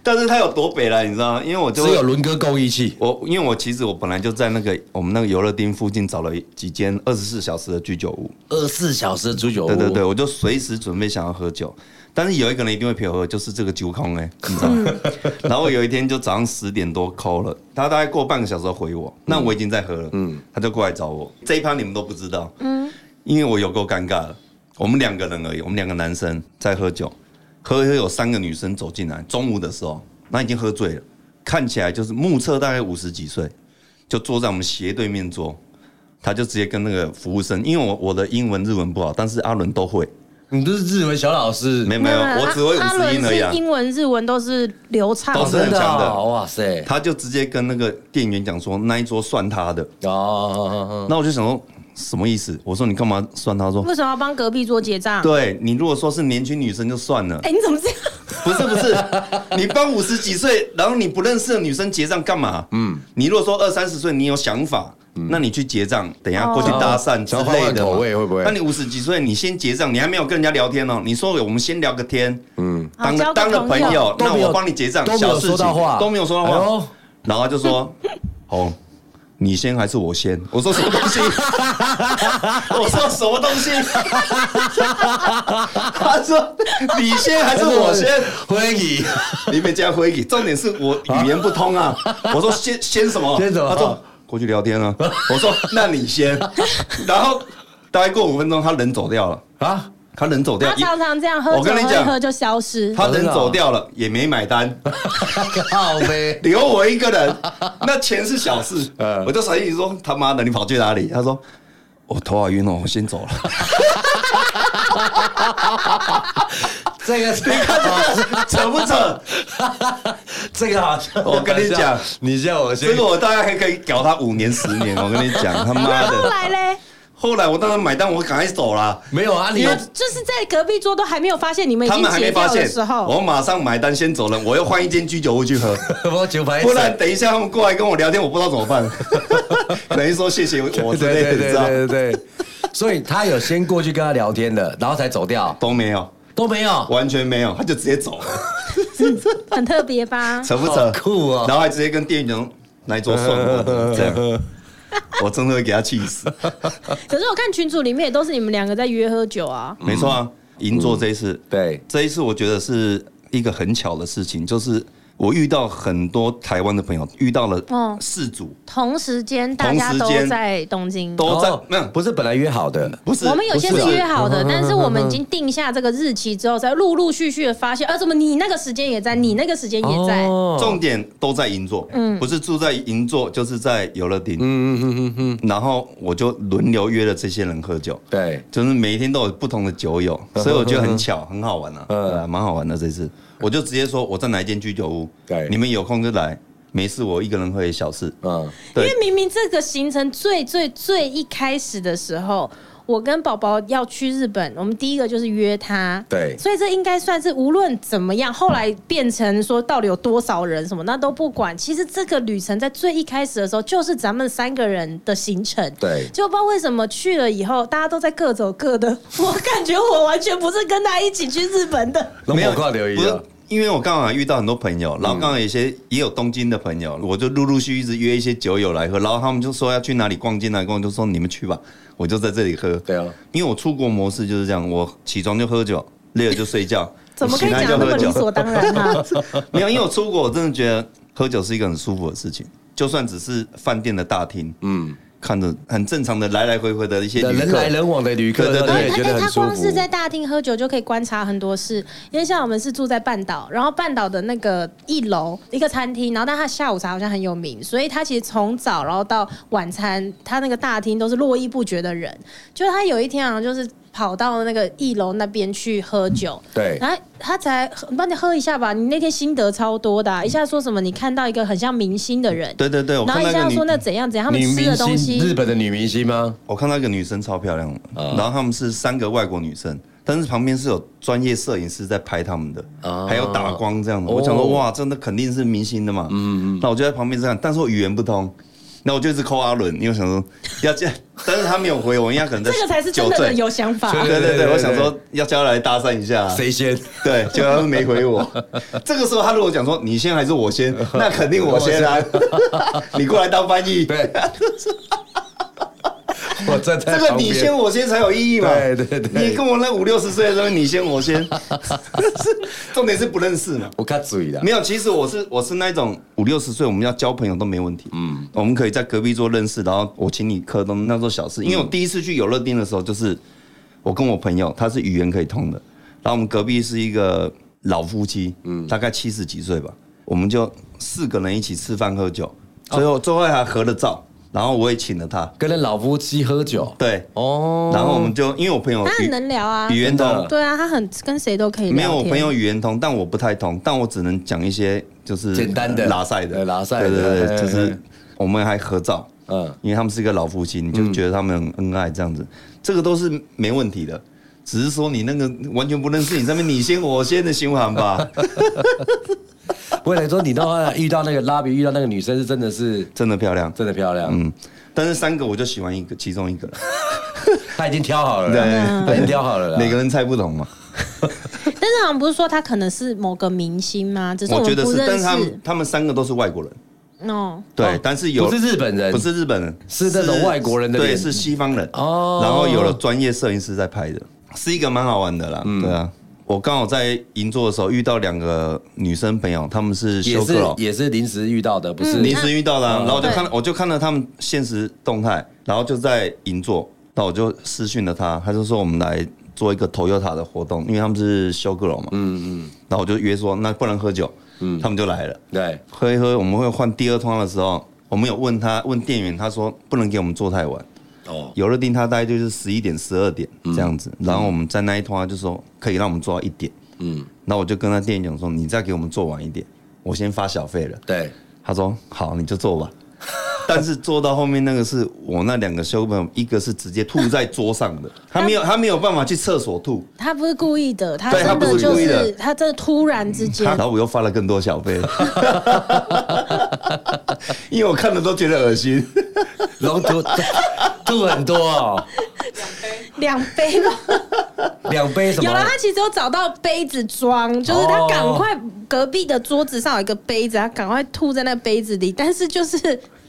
[SPEAKER 2] 但是他有多北了，你知道吗？因为我 就
[SPEAKER 1] 只
[SPEAKER 2] 会
[SPEAKER 1] 有伦哥够义气。
[SPEAKER 2] 我因为我其实我本来就在那个我们那个游乐町附近找了几间二十四小时的居酒屋，
[SPEAKER 1] 二十四小时的猪酒屋
[SPEAKER 2] 对对对，，我就随时准备想要喝酒，但是有一个人一定会陪我喝，就是这个酒空哎，你知道吗？然后我有一天就早上十点多 call 了，他大概过半个小时后回我，那我已经在喝了，嗯，他就过来找我，这一趴你们都不知道，嗯，因为我有够尴尬了，我们两个人而已，我们两个男生在喝酒，喝一喝有三个女生走进来，中午的时候，那已经喝醉了，看起来就是目测大概五十几岁，就坐在我们斜对面桌。他就直接跟那个服务生，因为我我的英文日文不好，但是阿伦都会，
[SPEAKER 1] 你不是日文小老师，
[SPEAKER 2] 没有没有，我只会五
[SPEAKER 3] 阿
[SPEAKER 2] 十音而已、
[SPEAKER 3] 伦
[SPEAKER 2] 啊
[SPEAKER 3] 是。英文、日文都是流畅
[SPEAKER 2] 都
[SPEAKER 1] 哦
[SPEAKER 2] 是啊
[SPEAKER 3] 的，
[SPEAKER 1] 真的
[SPEAKER 2] 强的
[SPEAKER 1] 哦，哇塞，
[SPEAKER 2] 他就直接跟那个店员讲说那一桌算他
[SPEAKER 3] 嗯
[SPEAKER 2] 的，
[SPEAKER 1] 哦，
[SPEAKER 2] 那我就想说什么意思？我说你干嘛算他说？
[SPEAKER 3] 为什么要帮隔壁桌结账？
[SPEAKER 2] 对你如果说是年轻女生就算了，
[SPEAKER 3] 哎、你怎么这样？
[SPEAKER 2] 不是不是，你帮五十几岁，然后你不认识的女生结账干嘛？嗯，你如果说二三十岁你有想法，那你去结账，等一下过去搭讪之
[SPEAKER 1] 想嗯哦换
[SPEAKER 2] 类
[SPEAKER 1] 换
[SPEAKER 2] 的
[SPEAKER 1] 口
[SPEAKER 2] 嘛。
[SPEAKER 1] 味会不会
[SPEAKER 2] 那你五十几岁，你先结账，你还没有跟人家聊天哦。你说我们先聊个天，嗯，当
[SPEAKER 3] 哦好交个
[SPEAKER 2] 当了
[SPEAKER 3] 朋
[SPEAKER 2] 朋
[SPEAKER 3] 友
[SPEAKER 2] 友，
[SPEAKER 1] 都
[SPEAKER 2] 那
[SPEAKER 1] 没有
[SPEAKER 2] 我帮你结账，
[SPEAKER 1] 都没
[SPEAKER 2] 小
[SPEAKER 1] 有
[SPEAKER 2] 事情
[SPEAKER 1] 说到话，
[SPEAKER 2] 都没有说到
[SPEAKER 1] 哎
[SPEAKER 2] 话
[SPEAKER 1] 呦，，
[SPEAKER 2] 然后他就 说，哦。你先还是我先？我说什 么东西？我说什么东西？他说你先
[SPEAKER 1] 哎
[SPEAKER 2] 还是我先？
[SPEAKER 1] 欢 迎，
[SPEAKER 2] 你没加回忆，重点是我语言不通 啊。我说先先什么？
[SPEAKER 1] 先什么哦
[SPEAKER 2] 他说过去聊天啊。我说那你 先，然后大概过五分钟，他人走掉了，
[SPEAKER 1] 啊，
[SPEAKER 2] 他人走掉
[SPEAKER 3] 他，常常这样喝
[SPEAKER 2] 我
[SPEAKER 3] 酒
[SPEAKER 2] 跟你
[SPEAKER 3] 喝一
[SPEAKER 2] 讲
[SPEAKER 3] 喝就消失。
[SPEAKER 2] 他
[SPEAKER 1] 啊
[SPEAKER 2] 人走掉了也没买单，
[SPEAKER 1] 靠呗，
[SPEAKER 2] 留我一个人，那钱是小事
[SPEAKER 1] 嗯。
[SPEAKER 2] 我就甩一说他妈的你跑去哪里？他说我头好晕哦，我先走 了。
[SPEAKER 1] 这个这个
[SPEAKER 2] 扯不扯？
[SPEAKER 1] 这个好像，
[SPEAKER 2] 我跟你讲，
[SPEAKER 1] 你叫我
[SPEAKER 2] 这
[SPEAKER 1] 先
[SPEAKER 2] 个，我大概还可以搞他五年十年。我跟你讲，他妈
[SPEAKER 3] 那后
[SPEAKER 2] 的。
[SPEAKER 3] 来嘞？
[SPEAKER 2] 后来我当然买单，我赶快走了。
[SPEAKER 1] 没有啊，你
[SPEAKER 3] 你
[SPEAKER 1] 有
[SPEAKER 3] 们就是在隔壁桌都还没有发现你们已
[SPEAKER 2] 他
[SPEAKER 3] 经
[SPEAKER 2] 们还
[SPEAKER 3] 结
[SPEAKER 2] 没发
[SPEAKER 3] 掉的
[SPEAKER 2] 现哦
[SPEAKER 3] 时，候，
[SPEAKER 2] 我马上买单先走人，我又换一间居酒屋去喝，
[SPEAKER 1] 我九百，
[SPEAKER 2] 不然等一下他们过来跟我聊天，我不知道怎么 办。等于说谢谢我之类的，
[SPEAKER 1] 对
[SPEAKER 2] 你
[SPEAKER 1] 对
[SPEAKER 2] 知道
[SPEAKER 1] 对对对，所以他有先过去跟他聊天的，然后才走掉，
[SPEAKER 2] 都没有，
[SPEAKER 1] 都没有，
[SPEAKER 2] 完全没有，他就直接走了，
[SPEAKER 3] 很特 别吧？
[SPEAKER 2] 扯不
[SPEAKER 1] 好
[SPEAKER 2] 扯？
[SPEAKER 1] 酷哦
[SPEAKER 2] 然后还直接跟店员讲那一桌算我 的，这样，我真的会给他气死。
[SPEAKER 1] 嗯
[SPEAKER 3] 可是我看群组里面也都是你们两个在约喝酒啊。
[SPEAKER 2] 没错啊，银座这一次，
[SPEAKER 1] 对，
[SPEAKER 2] 这一次我觉得是一个很巧的事情，就是我遇到很多台湾的朋友，遇到
[SPEAKER 3] 哦
[SPEAKER 2] 了四组
[SPEAKER 3] 同时间大家都
[SPEAKER 2] 同时间
[SPEAKER 3] 在东京，
[SPEAKER 2] 都在嗯
[SPEAKER 1] 哦，
[SPEAKER 2] 那
[SPEAKER 1] 不是本来约好的，
[SPEAKER 2] 不是
[SPEAKER 3] 我们有些
[SPEAKER 2] 不
[SPEAKER 3] 是
[SPEAKER 2] 啊
[SPEAKER 3] 约好的，但是我们已经定下这个日期之后，才陆陆续续的发现，啊，怎么你那个时间也在，你那个时间也在，
[SPEAKER 1] 哦
[SPEAKER 2] 重点都在银座，不是住在银座，就是在游乐町。嗯嗯嗯嗯然后我就轮流约了这些人喝酒，
[SPEAKER 1] 对，
[SPEAKER 2] 就是每一天都有不同的酒友，所以我觉得很巧，很好玩啊，对啊，蛮好玩的这次。我就直接说我在哪一间居酒屋
[SPEAKER 1] 对，
[SPEAKER 2] 你们有空就来，没事我一个人喝也小事。
[SPEAKER 1] 嗯，
[SPEAKER 3] 因
[SPEAKER 2] 对
[SPEAKER 3] 为，明明这个行程最最最一开始的时候。我跟宝宝要去日本，我们第一个就是约他，
[SPEAKER 1] 对
[SPEAKER 3] 所以这应该算是无论怎么样，后来变成说到底有多少人什么那都不管，其实这个旅程在最一开始的时候就是咱们三个人的行程，
[SPEAKER 1] 对
[SPEAKER 3] 就不知道为什么去了以后大家都在各走各的，我感觉我完全不是跟他一起去日本的，
[SPEAKER 1] 没有挂留意啊
[SPEAKER 2] 不是
[SPEAKER 1] 了。
[SPEAKER 2] 因为我刚好遇到很多朋友，然后刚好有一些也有东京的朋友，我就陆陆续续一直约一些酒友来喝，然后他们就说要去哪里逛街哪里逛，就说你们去吧，我就在这里喝。
[SPEAKER 1] 对啊，
[SPEAKER 2] 因为我出国模式就是这样，我起床就喝酒，累了就睡觉，
[SPEAKER 3] 怎么可以
[SPEAKER 2] 醒来
[SPEAKER 3] 讲
[SPEAKER 2] 就
[SPEAKER 3] 得
[SPEAKER 2] 喝
[SPEAKER 3] 那么理
[SPEAKER 2] 酒。
[SPEAKER 3] 所当然啊呢、
[SPEAKER 2] 没有，因为我出国，我真的觉得喝酒是一个很舒服的事情，就算只是饭店的大厅，嗯，看着很正常的来来回回的一些旅
[SPEAKER 1] 人
[SPEAKER 2] 客
[SPEAKER 1] 来，人往的旅客，
[SPEAKER 2] 对对
[SPEAKER 1] 让
[SPEAKER 2] 对
[SPEAKER 1] 你也觉得
[SPEAKER 3] 哎
[SPEAKER 1] 很
[SPEAKER 3] 他
[SPEAKER 1] 舒
[SPEAKER 3] 光是
[SPEAKER 1] 服。
[SPEAKER 3] 在大厅喝酒就可以观察很多事，因为像我们是住在半岛，然后半岛的那个一楼一个餐厅，然后但他下午茶好像很有名，所以他其实从早然后到晚餐，他那个大厅都是络绎不绝的人。就是他有一天好像就是跑到那个一楼那边去喝酒，
[SPEAKER 1] 嗯对
[SPEAKER 3] 然后他才帮你喝一下吧，你那天心得超多的啊、一下说什么你看到一个很像明星的人，
[SPEAKER 2] 对对对，我
[SPEAKER 3] 然
[SPEAKER 2] 看到
[SPEAKER 3] 后
[SPEAKER 2] 一个
[SPEAKER 3] 一下又
[SPEAKER 2] 女
[SPEAKER 3] 说那怎样怎样，他们
[SPEAKER 1] 女
[SPEAKER 3] 吃
[SPEAKER 1] 明
[SPEAKER 3] 的东西
[SPEAKER 1] 星，日本的女明星吗？
[SPEAKER 2] 我看到一个女生超漂亮的，然后他们是三个外国女生，但是旁边是有专业摄影师在拍他们的，
[SPEAKER 1] 啊
[SPEAKER 2] 还有打光这样的。
[SPEAKER 1] 哦
[SPEAKER 2] 我想说，哇，真的肯定是明星的嘛。嗯嗯。那我就在旁边这样，但是我语言不通，那我就一直扣阿伦，因为我想说要这样，但是他没有回我，因为他可能在
[SPEAKER 3] 这个才是真
[SPEAKER 2] 酒
[SPEAKER 3] 的
[SPEAKER 2] 醉
[SPEAKER 3] 人有想法。
[SPEAKER 2] 对对对，我想说要叫他来搭讪一下。
[SPEAKER 1] 谁 先？
[SPEAKER 2] 对，结果他没回我。这个时候他如果讲说你先还是我 先，那肯定我先啊， 你过来当翻译。
[SPEAKER 1] 对，我站在
[SPEAKER 2] 这个
[SPEAKER 1] 旁
[SPEAKER 2] 你
[SPEAKER 1] 边
[SPEAKER 2] 先我先才有意义嘛。
[SPEAKER 1] 对对对
[SPEAKER 2] 你跟我那五六十岁的时候，你先 我先，重点是不认识嘛。
[SPEAKER 1] 我看嘴了
[SPEAKER 2] 没。有，其实我是我是那种五六十岁，我们要交朋友都没问题。嗯，我们可以在隔壁桌认识，然后我请你客都那做
[SPEAKER 1] 嗯
[SPEAKER 2] 小事。因为我第一次去游乐町的时候，就是我跟我朋友，他是语言可以通的，然后我们隔壁是一个老夫妻，嗯，大概七十几岁吧，我们就四个人一起吃饭喝酒，
[SPEAKER 1] 哦
[SPEAKER 2] 最后最后还合了照，然后我也请了他，
[SPEAKER 1] 跟那老夫妻喝酒，
[SPEAKER 2] 对，
[SPEAKER 1] 哦，
[SPEAKER 2] 然后我们就因为我朋友
[SPEAKER 3] 他
[SPEAKER 2] 语
[SPEAKER 3] 很能聊啊，
[SPEAKER 2] 语言
[SPEAKER 1] 真
[SPEAKER 2] 通
[SPEAKER 1] 的，
[SPEAKER 3] 对啊，他很跟谁都可以聊
[SPEAKER 2] 没有我
[SPEAKER 3] 天
[SPEAKER 2] 朋友语言通，但我不太通，但我只能讲一些就是
[SPEAKER 1] 简单的
[SPEAKER 2] 拉塞的
[SPEAKER 1] 呃拉塞的
[SPEAKER 2] 对对
[SPEAKER 1] 嘿
[SPEAKER 2] 对，就
[SPEAKER 1] 嘿
[SPEAKER 2] 是我们还合照，
[SPEAKER 1] 嗯
[SPEAKER 2] 嗯，因为他们是一个老夫妻，你就觉得他们很恩爱这样子，这个都是没问题的。只是说你那个完全不认识你上面你先我先的循环 吧，
[SPEAKER 1] 不会说你到后来遇到那个拉比，遇到那个女生是真的是
[SPEAKER 2] 真的漂亮。
[SPEAKER 1] 真的漂亮，嗯，
[SPEAKER 2] 但是三个我就喜欢一个，其中一个了，
[SPEAKER 1] 她已经挑好了啦，
[SPEAKER 2] 对
[SPEAKER 1] 她已经挑好了啦，
[SPEAKER 2] 每个人猜不同嘛。
[SPEAKER 3] 但是好像不是说他可能是某个明星吗？只是
[SPEAKER 2] 我
[SPEAKER 3] 们
[SPEAKER 2] 觉得
[SPEAKER 3] 不
[SPEAKER 2] 是，但
[SPEAKER 3] 认
[SPEAKER 2] 是他们
[SPEAKER 3] 识。
[SPEAKER 2] 他们三个都是外国人，
[SPEAKER 3] 哦，
[SPEAKER 2] 对，但是有
[SPEAKER 1] 不是日本人，
[SPEAKER 2] 不是日本人，
[SPEAKER 1] 是那种外国人的
[SPEAKER 2] 对，
[SPEAKER 1] 脸
[SPEAKER 2] 是西方人
[SPEAKER 1] 哦
[SPEAKER 2] 然后有了专业摄影师在拍的，是一个蛮好玩的啦。对啊，我刚好在银座的时候遇到两个女生朋友，她们是
[SPEAKER 1] 也
[SPEAKER 2] 修哦
[SPEAKER 1] 是
[SPEAKER 2] girl，
[SPEAKER 1] 也是临时遇到的，不是
[SPEAKER 2] 临时遇到的啊、
[SPEAKER 1] 嗯
[SPEAKER 2] 然后我就看我就看到她们现实动态，然后就在银座，那我就私讯了她，她就说我们来做一个 Toyota 的活动，因为她们是修 girl 嘛，嗯嗯，然后我就约说那不能喝酒，嗯，她们就来了。
[SPEAKER 1] 对，
[SPEAKER 2] 喝一喝，我们会换第二通的时候，我们有问他问店员，他说不能给我们做太晚。
[SPEAKER 1] 哦，
[SPEAKER 2] 游乐町他大概就是十一点、十二点这样子，然后我们在那一通他就说可以让我们做到一点。
[SPEAKER 1] 嗯，
[SPEAKER 2] 那我就跟他店员讲说，你再给我们做晚一点，我先发小费了。
[SPEAKER 1] 对，
[SPEAKER 2] 他说好，你就做吧。 但是做到后面那个是我那两个修朋友，一个是直接吐在桌上的，他没有他没有办法去厕所吐，
[SPEAKER 3] 他不是故意的，他
[SPEAKER 2] 对
[SPEAKER 3] 真
[SPEAKER 2] 他
[SPEAKER 3] 的
[SPEAKER 2] 不是
[SPEAKER 3] 就
[SPEAKER 2] 故意的嗯
[SPEAKER 3] 是他真的突然之间
[SPEAKER 2] 然，后我又发了更多小费， 因为我看了都觉得恶心。
[SPEAKER 1] 龙吐吐很多哦，
[SPEAKER 3] 两杯 吧，
[SPEAKER 1] 两杯什
[SPEAKER 3] 有了
[SPEAKER 1] 么？
[SPEAKER 3] 他其实有找到杯子装，就是他
[SPEAKER 1] 哦
[SPEAKER 3] 赶快隔壁的桌子上有一个杯子，他赶快吐在那杯子里，但是就是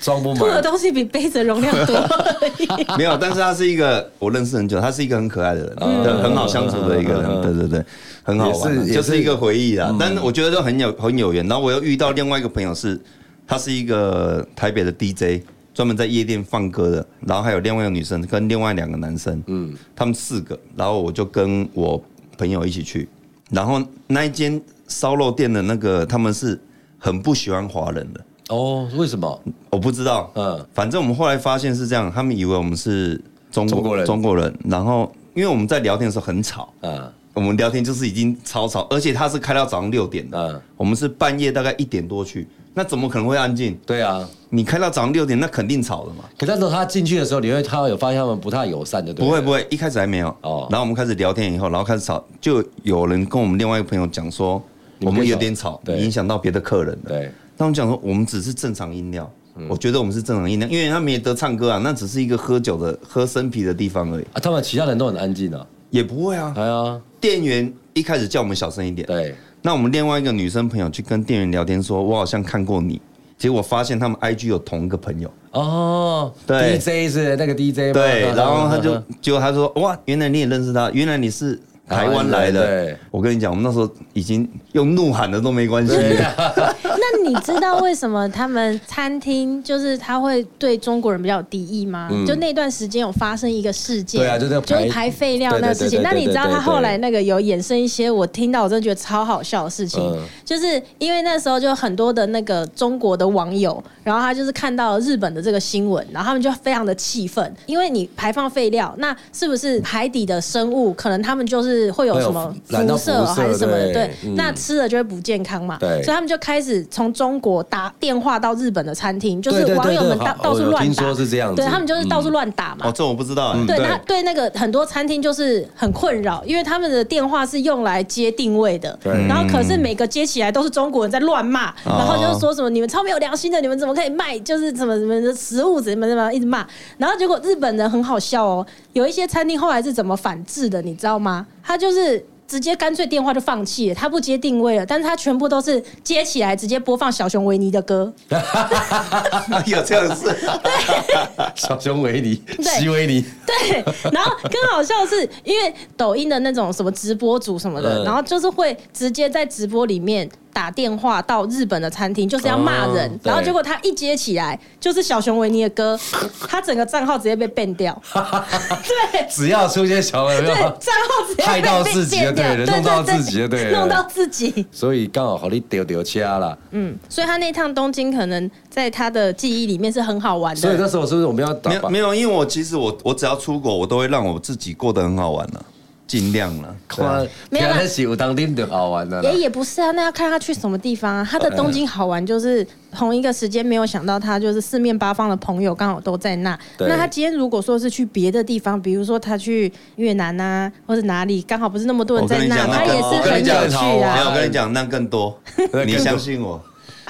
[SPEAKER 1] 装不
[SPEAKER 2] Oh
[SPEAKER 3] 吐的
[SPEAKER 1] 满，
[SPEAKER 3] 东西比杯子容量多而已。
[SPEAKER 2] 没有，但是他是一个我认识很久，他是一个很可爱的人，对，很好相处的一个
[SPEAKER 1] 嗯
[SPEAKER 2] 人，对对对，很好玩
[SPEAKER 1] 也
[SPEAKER 2] 啊，
[SPEAKER 1] 是也是嗯
[SPEAKER 2] 就是一个回忆啦。但是我觉得都很有很有缘。然后我又遇到另外一个朋友是，他是一个台北的 DJ，专门在夜店放歌的。然后还有另外一个女生跟另外两个男生，嗯，他们四个。然后我就跟我朋友一起去，然后那一间烧肉店的那个他们是很不喜欢华人的。
[SPEAKER 1] 哦，为什么？
[SPEAKER 2] 我不知道，
[SPEAKER 1] 嗯
[SPEAKER 2] 嗯，反正我们后来发现是这样，他们以为我们是中国
[SPEAKER 1] 中国人
[SPEAKER 2] 然后因为我们在聊天的时候很吵，
[SPEAKER 1] 嗯
[SPEAKER 2] 我们聊天就是已经超吵，而且他是开到早上六点的，
[SPEAKER 1] 嗯，
[SPEAKER 2] 我们是半夜大概一点多去，那怎么可能会安静？
[SPEAKER 1] 对啊，
[SPEAKER 2] 你开到早上六点，那肯定吵了嘛。
[SPEAKER 1] 可那时候他进去的时候，你会他有发现他们不太友善的，对
[SPEAKER 2] 不会不
[SPEAKER 1] 会，
[SPEAKER 2] 会，一开始还没有。
[SPEAKER 1] 哦
[SPEAKER 2] 哦。然后我们开始聊天以后，然后开始吵，就有人跟我们另外一个朋友讲说，
[SPEAKER 1] 你
[SPEAKER 2] 我
[SPEAKER 1] 们
[SPEAKER 2] 们
[SPEAKER 1] 可以
[SPEAKER 2] 有
[SPEAKER 1] 吵
[SPEAKER 2] 点吵，
[SPEAKER 1] 对
[SPEAKER 2] 影响到别的客人了。
[SPEAKER 1] 对，
[SPEAKER 2] 他们讲说，我们只是正常音量。
[SPEAKER 1] 嗯
[SPEAKER 2] 我觉得我们是正常音量，因为他们也得唱歌啊，那只是一个喝酒的、喝生啤的地方而已，
[SPEAKER 1] 啊，他们其他人都很安静啊，
[SPEAKER 2] 也不会啊。
[SPEAKER 1] 哎呀，
[SPEAKER 2] 店员一开始叫我们小声一点，
[SPEAKER 1] 对，
[SPEAKER 2] 那我们另外一个女生朋友去跟店员聊天说，我好像看过你，结果发现他们 IG 有同一个朋友，
[SPEAKER 1] 哦
[SPEAKER 2] 对
[SPEAKER 1] ，DJ 是那个 DJ 吗
[SPEAKER 2] 对， 然后他就结果他说，哇，原来你也认识他，原来你是。台湾来
[SPEAKER 1] 台湾人对
[SPEAKER 2] 的，我跟你讲，我们那时候已经用怒喊的都没关系，
[SPEAKER 3] 那你知道为什么他们餐厅就是他会对中国人比较有敌意吗？就那段时间有发生一个事
[SPEAKER 1] 嗯
[SPEAKER 3] 件，
[SPEAKER 1] 对啊就在排
[SPEAKER 3] 是排废料那个事
[SPEAKER 1] 对
[SPEAKER 3] 情。
[SPEAKER 1] 对对对
[SPEAKER 3] 那你知道
[SPEAKER 1] 对对
[SPEAKER 3] 他
[SPEAKER 1] 对
[SPEAKER 3] 后来那个有衍生一些我听到我真的觉得超好笑的事情，
[SPEAKER 1] 嗯
[SPEAKER 3] 就是因为那时候就很多的那个中国的网友，然后他就是看到日本的这个新闻，然后他们就非常的气愤，因为你排放废料，那是不是海底的生物可能他们就是会有
[SPEAKER 1] 会有
[SPEAKER 3] 什么
[SPEAKER 1] 染到
[SPEAKER 3] 辐
[SPEAKER 1] 辐
[SPEAKER 3] 射
[SPEAKER 1] 射
[SPEAKER 3] 还是什么的？
[SPEAKER 1] 对
[SPEAKER 3] 对，
[SPEAKER 1] 嗯
[SPEAKER 3] 那吃了就会不健康嘛。
[SPEAKER 1] 对
[SPEAKER 3] 所以他们就开始从中国打电话到日本的餐厅，就
[SPEAKER 1] 对
[SPEAKER 3] 是
[SPEAKER 1] 对对
[SPEAKER 3] 网友们
[SPEAKER 1] 对
[SPEAKER 3] 到
[SPEAKER 1] 好
[SPEAKER 3] 到
[SPEAKER 1] 我
[SPEAKER 3] 处
[SPEAKER 1] 有
[SPEAKER 3] 乱打，
[SPEAKER 1] 听说是这样子嗯
[SPEAKER 3] 对他们就是到处乱打嘛。
[SPEAKER 2] 哦，这我不知道哎，
[SPEAKER 3] 嗯对，那对那个很多餐厅就是很困扰，因为他们的电话是用来接定位的，
[SPEAKER 1] 对
[SPEAKER 3] 然后可是每个接起来都是中国人在乱骂，然后就是说什么你们超没有良心的，你们怎么可以卖就是怎么怎么的食物怎么怎么一直骂，然后结果日本人很好笑哦，有一些餐厅后来是怎么反制的，你知道吗？他就是。直接干脆电话就放弃了，他不接定位了，但是他全部都是接起来直接播放小熊维尼的歌，
[SPEAKER 2] 有这样的事，
[SPEAKER 1] 小熊维尼、
[SPEAKER 3] 对
[SPEAKER 1] 西维尼，
[SPEAKER 3] 对，然后更好笑的是，因为抖音的那种什么直播主什么的，
[SPEAKER 1] 嗯
[SPEAKER 3] 然后就是会直接在直播里面打电话到日本的餐厅，就是要骂人，
[SPEAKER 1] 哦对
[SPEAKER 3] 然后结果他一接起来就是小熊维尼的歌，他整个账号直接被 ban 掉，对。
[SPEAKER 1] 只要出现小朋
[SPEAKER 3] 对，账
[SPEAKER 1] 友，
[SPEAKER 3] 号直接被
[SPEAKER 1] 啊害到自己就
[SPEAKER 3] ban
[SPEAKER 1] 对
[SPEAKER 3] 掉，
[SPEAKER 1] 了
[SPEAKER 3] 对
[SPEAKER 1] 弄到自己就对了
[SPEAKER 3] 弄到自己。
[SPEAKER 1] 所以刚好好你丢丢掐啦。
[SPEAKER 3] 嗯，所以他那趟东京可能在他的记忆里面是很好玩
[SPEAKER 1] 所以
[SPEAKER 3] 的。
[SPEAKER 1] 那时候是不是我们要打
[SPEAKER 2] 没有没有，因为我其实我我只要出国，我都会让我自己过得很好玩了，尽量了。对啊
[SPEAKER 1] 看，
[SPEAKER 3] 没有啦
[SPEAKER 1] 听是有当兵的好玩的啦
[SPEAKER 3] 也。也不是啊，那要看他去什么地方啊。
[SPEAKER 2] 哦哎
[SPEAKER 3] 他的东京好玩，就是同一个时间没有想到他就是四面八方的朋友刚好都在那。
[SPEAKER 1] 对
[SPEAKER 3] 那他今天如果说是去别的地方，比如说他去越南啊，或者哪里，刚好不是那么多人在那，
[SPEAKER 2] 我跟你讲
[SPEAKER 3] 他也
[SPEAKER 1] 我
[SPEAKER 3] 是
[SPEAKER 1] 跟
[SPEAKER 3] 很
[SPEAKER 1] 你讲
[SPEAKER 3] 有趣
[SPEAKER 2] 没
[SPEAKER 1] 好
[SPEAKER 3] 啊。
[SPEAKER 2] 有，我跟你讲，那更多，你相信我。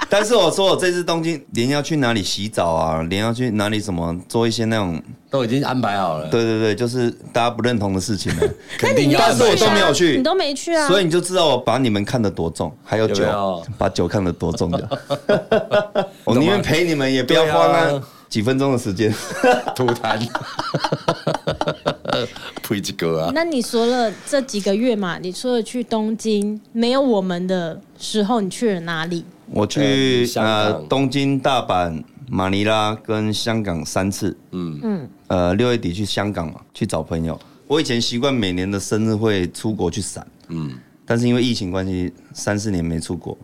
[SPEAKER 2] 但是我说我这次东京，连要去哪里洗澡啊，连要去哪里什么做一些那种，
[SPEAKER 1] 都已经安排好了。
[SPEAKER 2] 对对对，就是大家不认同的事情了。
[SPEAKER 3] 那
[SPEAKER 1] 肯
[SPEAKER 3] 你
[SPEAKER 1] 定要
[SPEAKER 2] 但
[SPEAKER 1] 安
[SPEAKER 2] 是
[SPEAKER 1] 排
[SPEAKER 2] 我都没有去
[SPEAKER 3] 你都没去啊。
[SPEAKER 2] 所以你就知道我把你们看得多重，还有酒，
[SPEAKER 1] 有没有啊
[SPEAKER 2] 把酒看得多重的。 我宁愿陪你们，也不要花
[SPEAKER 1] 对
[SPEAKER 2] 那
[SPEAKER 1] 啊
[SPEAKER 2] 几分钟的时间。
[SPEAKER 1] 吐 痰， 呸这个啊！
[SPEAKER 3] 那你说了这几个月嘛，你除了去东京没有我们的时候，你去了哪里？
[SPEAKER 2] 我去
[SPEAKER 1] 嗯香港
[SPEAKER 2] 呃东京、大阪、马尼拉跟香港三次。嗯嗯，呃，六月底去香港嘛，去找朋友。我以前习惯每年的生日会出国去散。嗯，但是因为疫情关系，三四年没出国。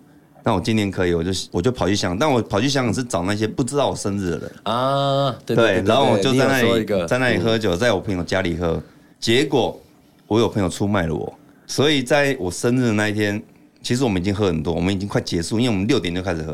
[SPEAKER 2] 那我今年可以，我就我就跑去香港，但我跑去香港是找那些不知道我生日的人。
[SPEAKER 1] 啊，对
[SPEAKER 2] 对，然后我就在那
[SPEAKER 1] 你有说
[SPEAKER 2] 里
[SPEAKER 1] 一个嗯
[SPEAKER 2] 在那里喝酒，在我朋友家里喝，结果我有朋友出卖了我，所以在我生日的那一天，其实我们已经喝很多，我们已经快结束，因为我们六点就开始喝，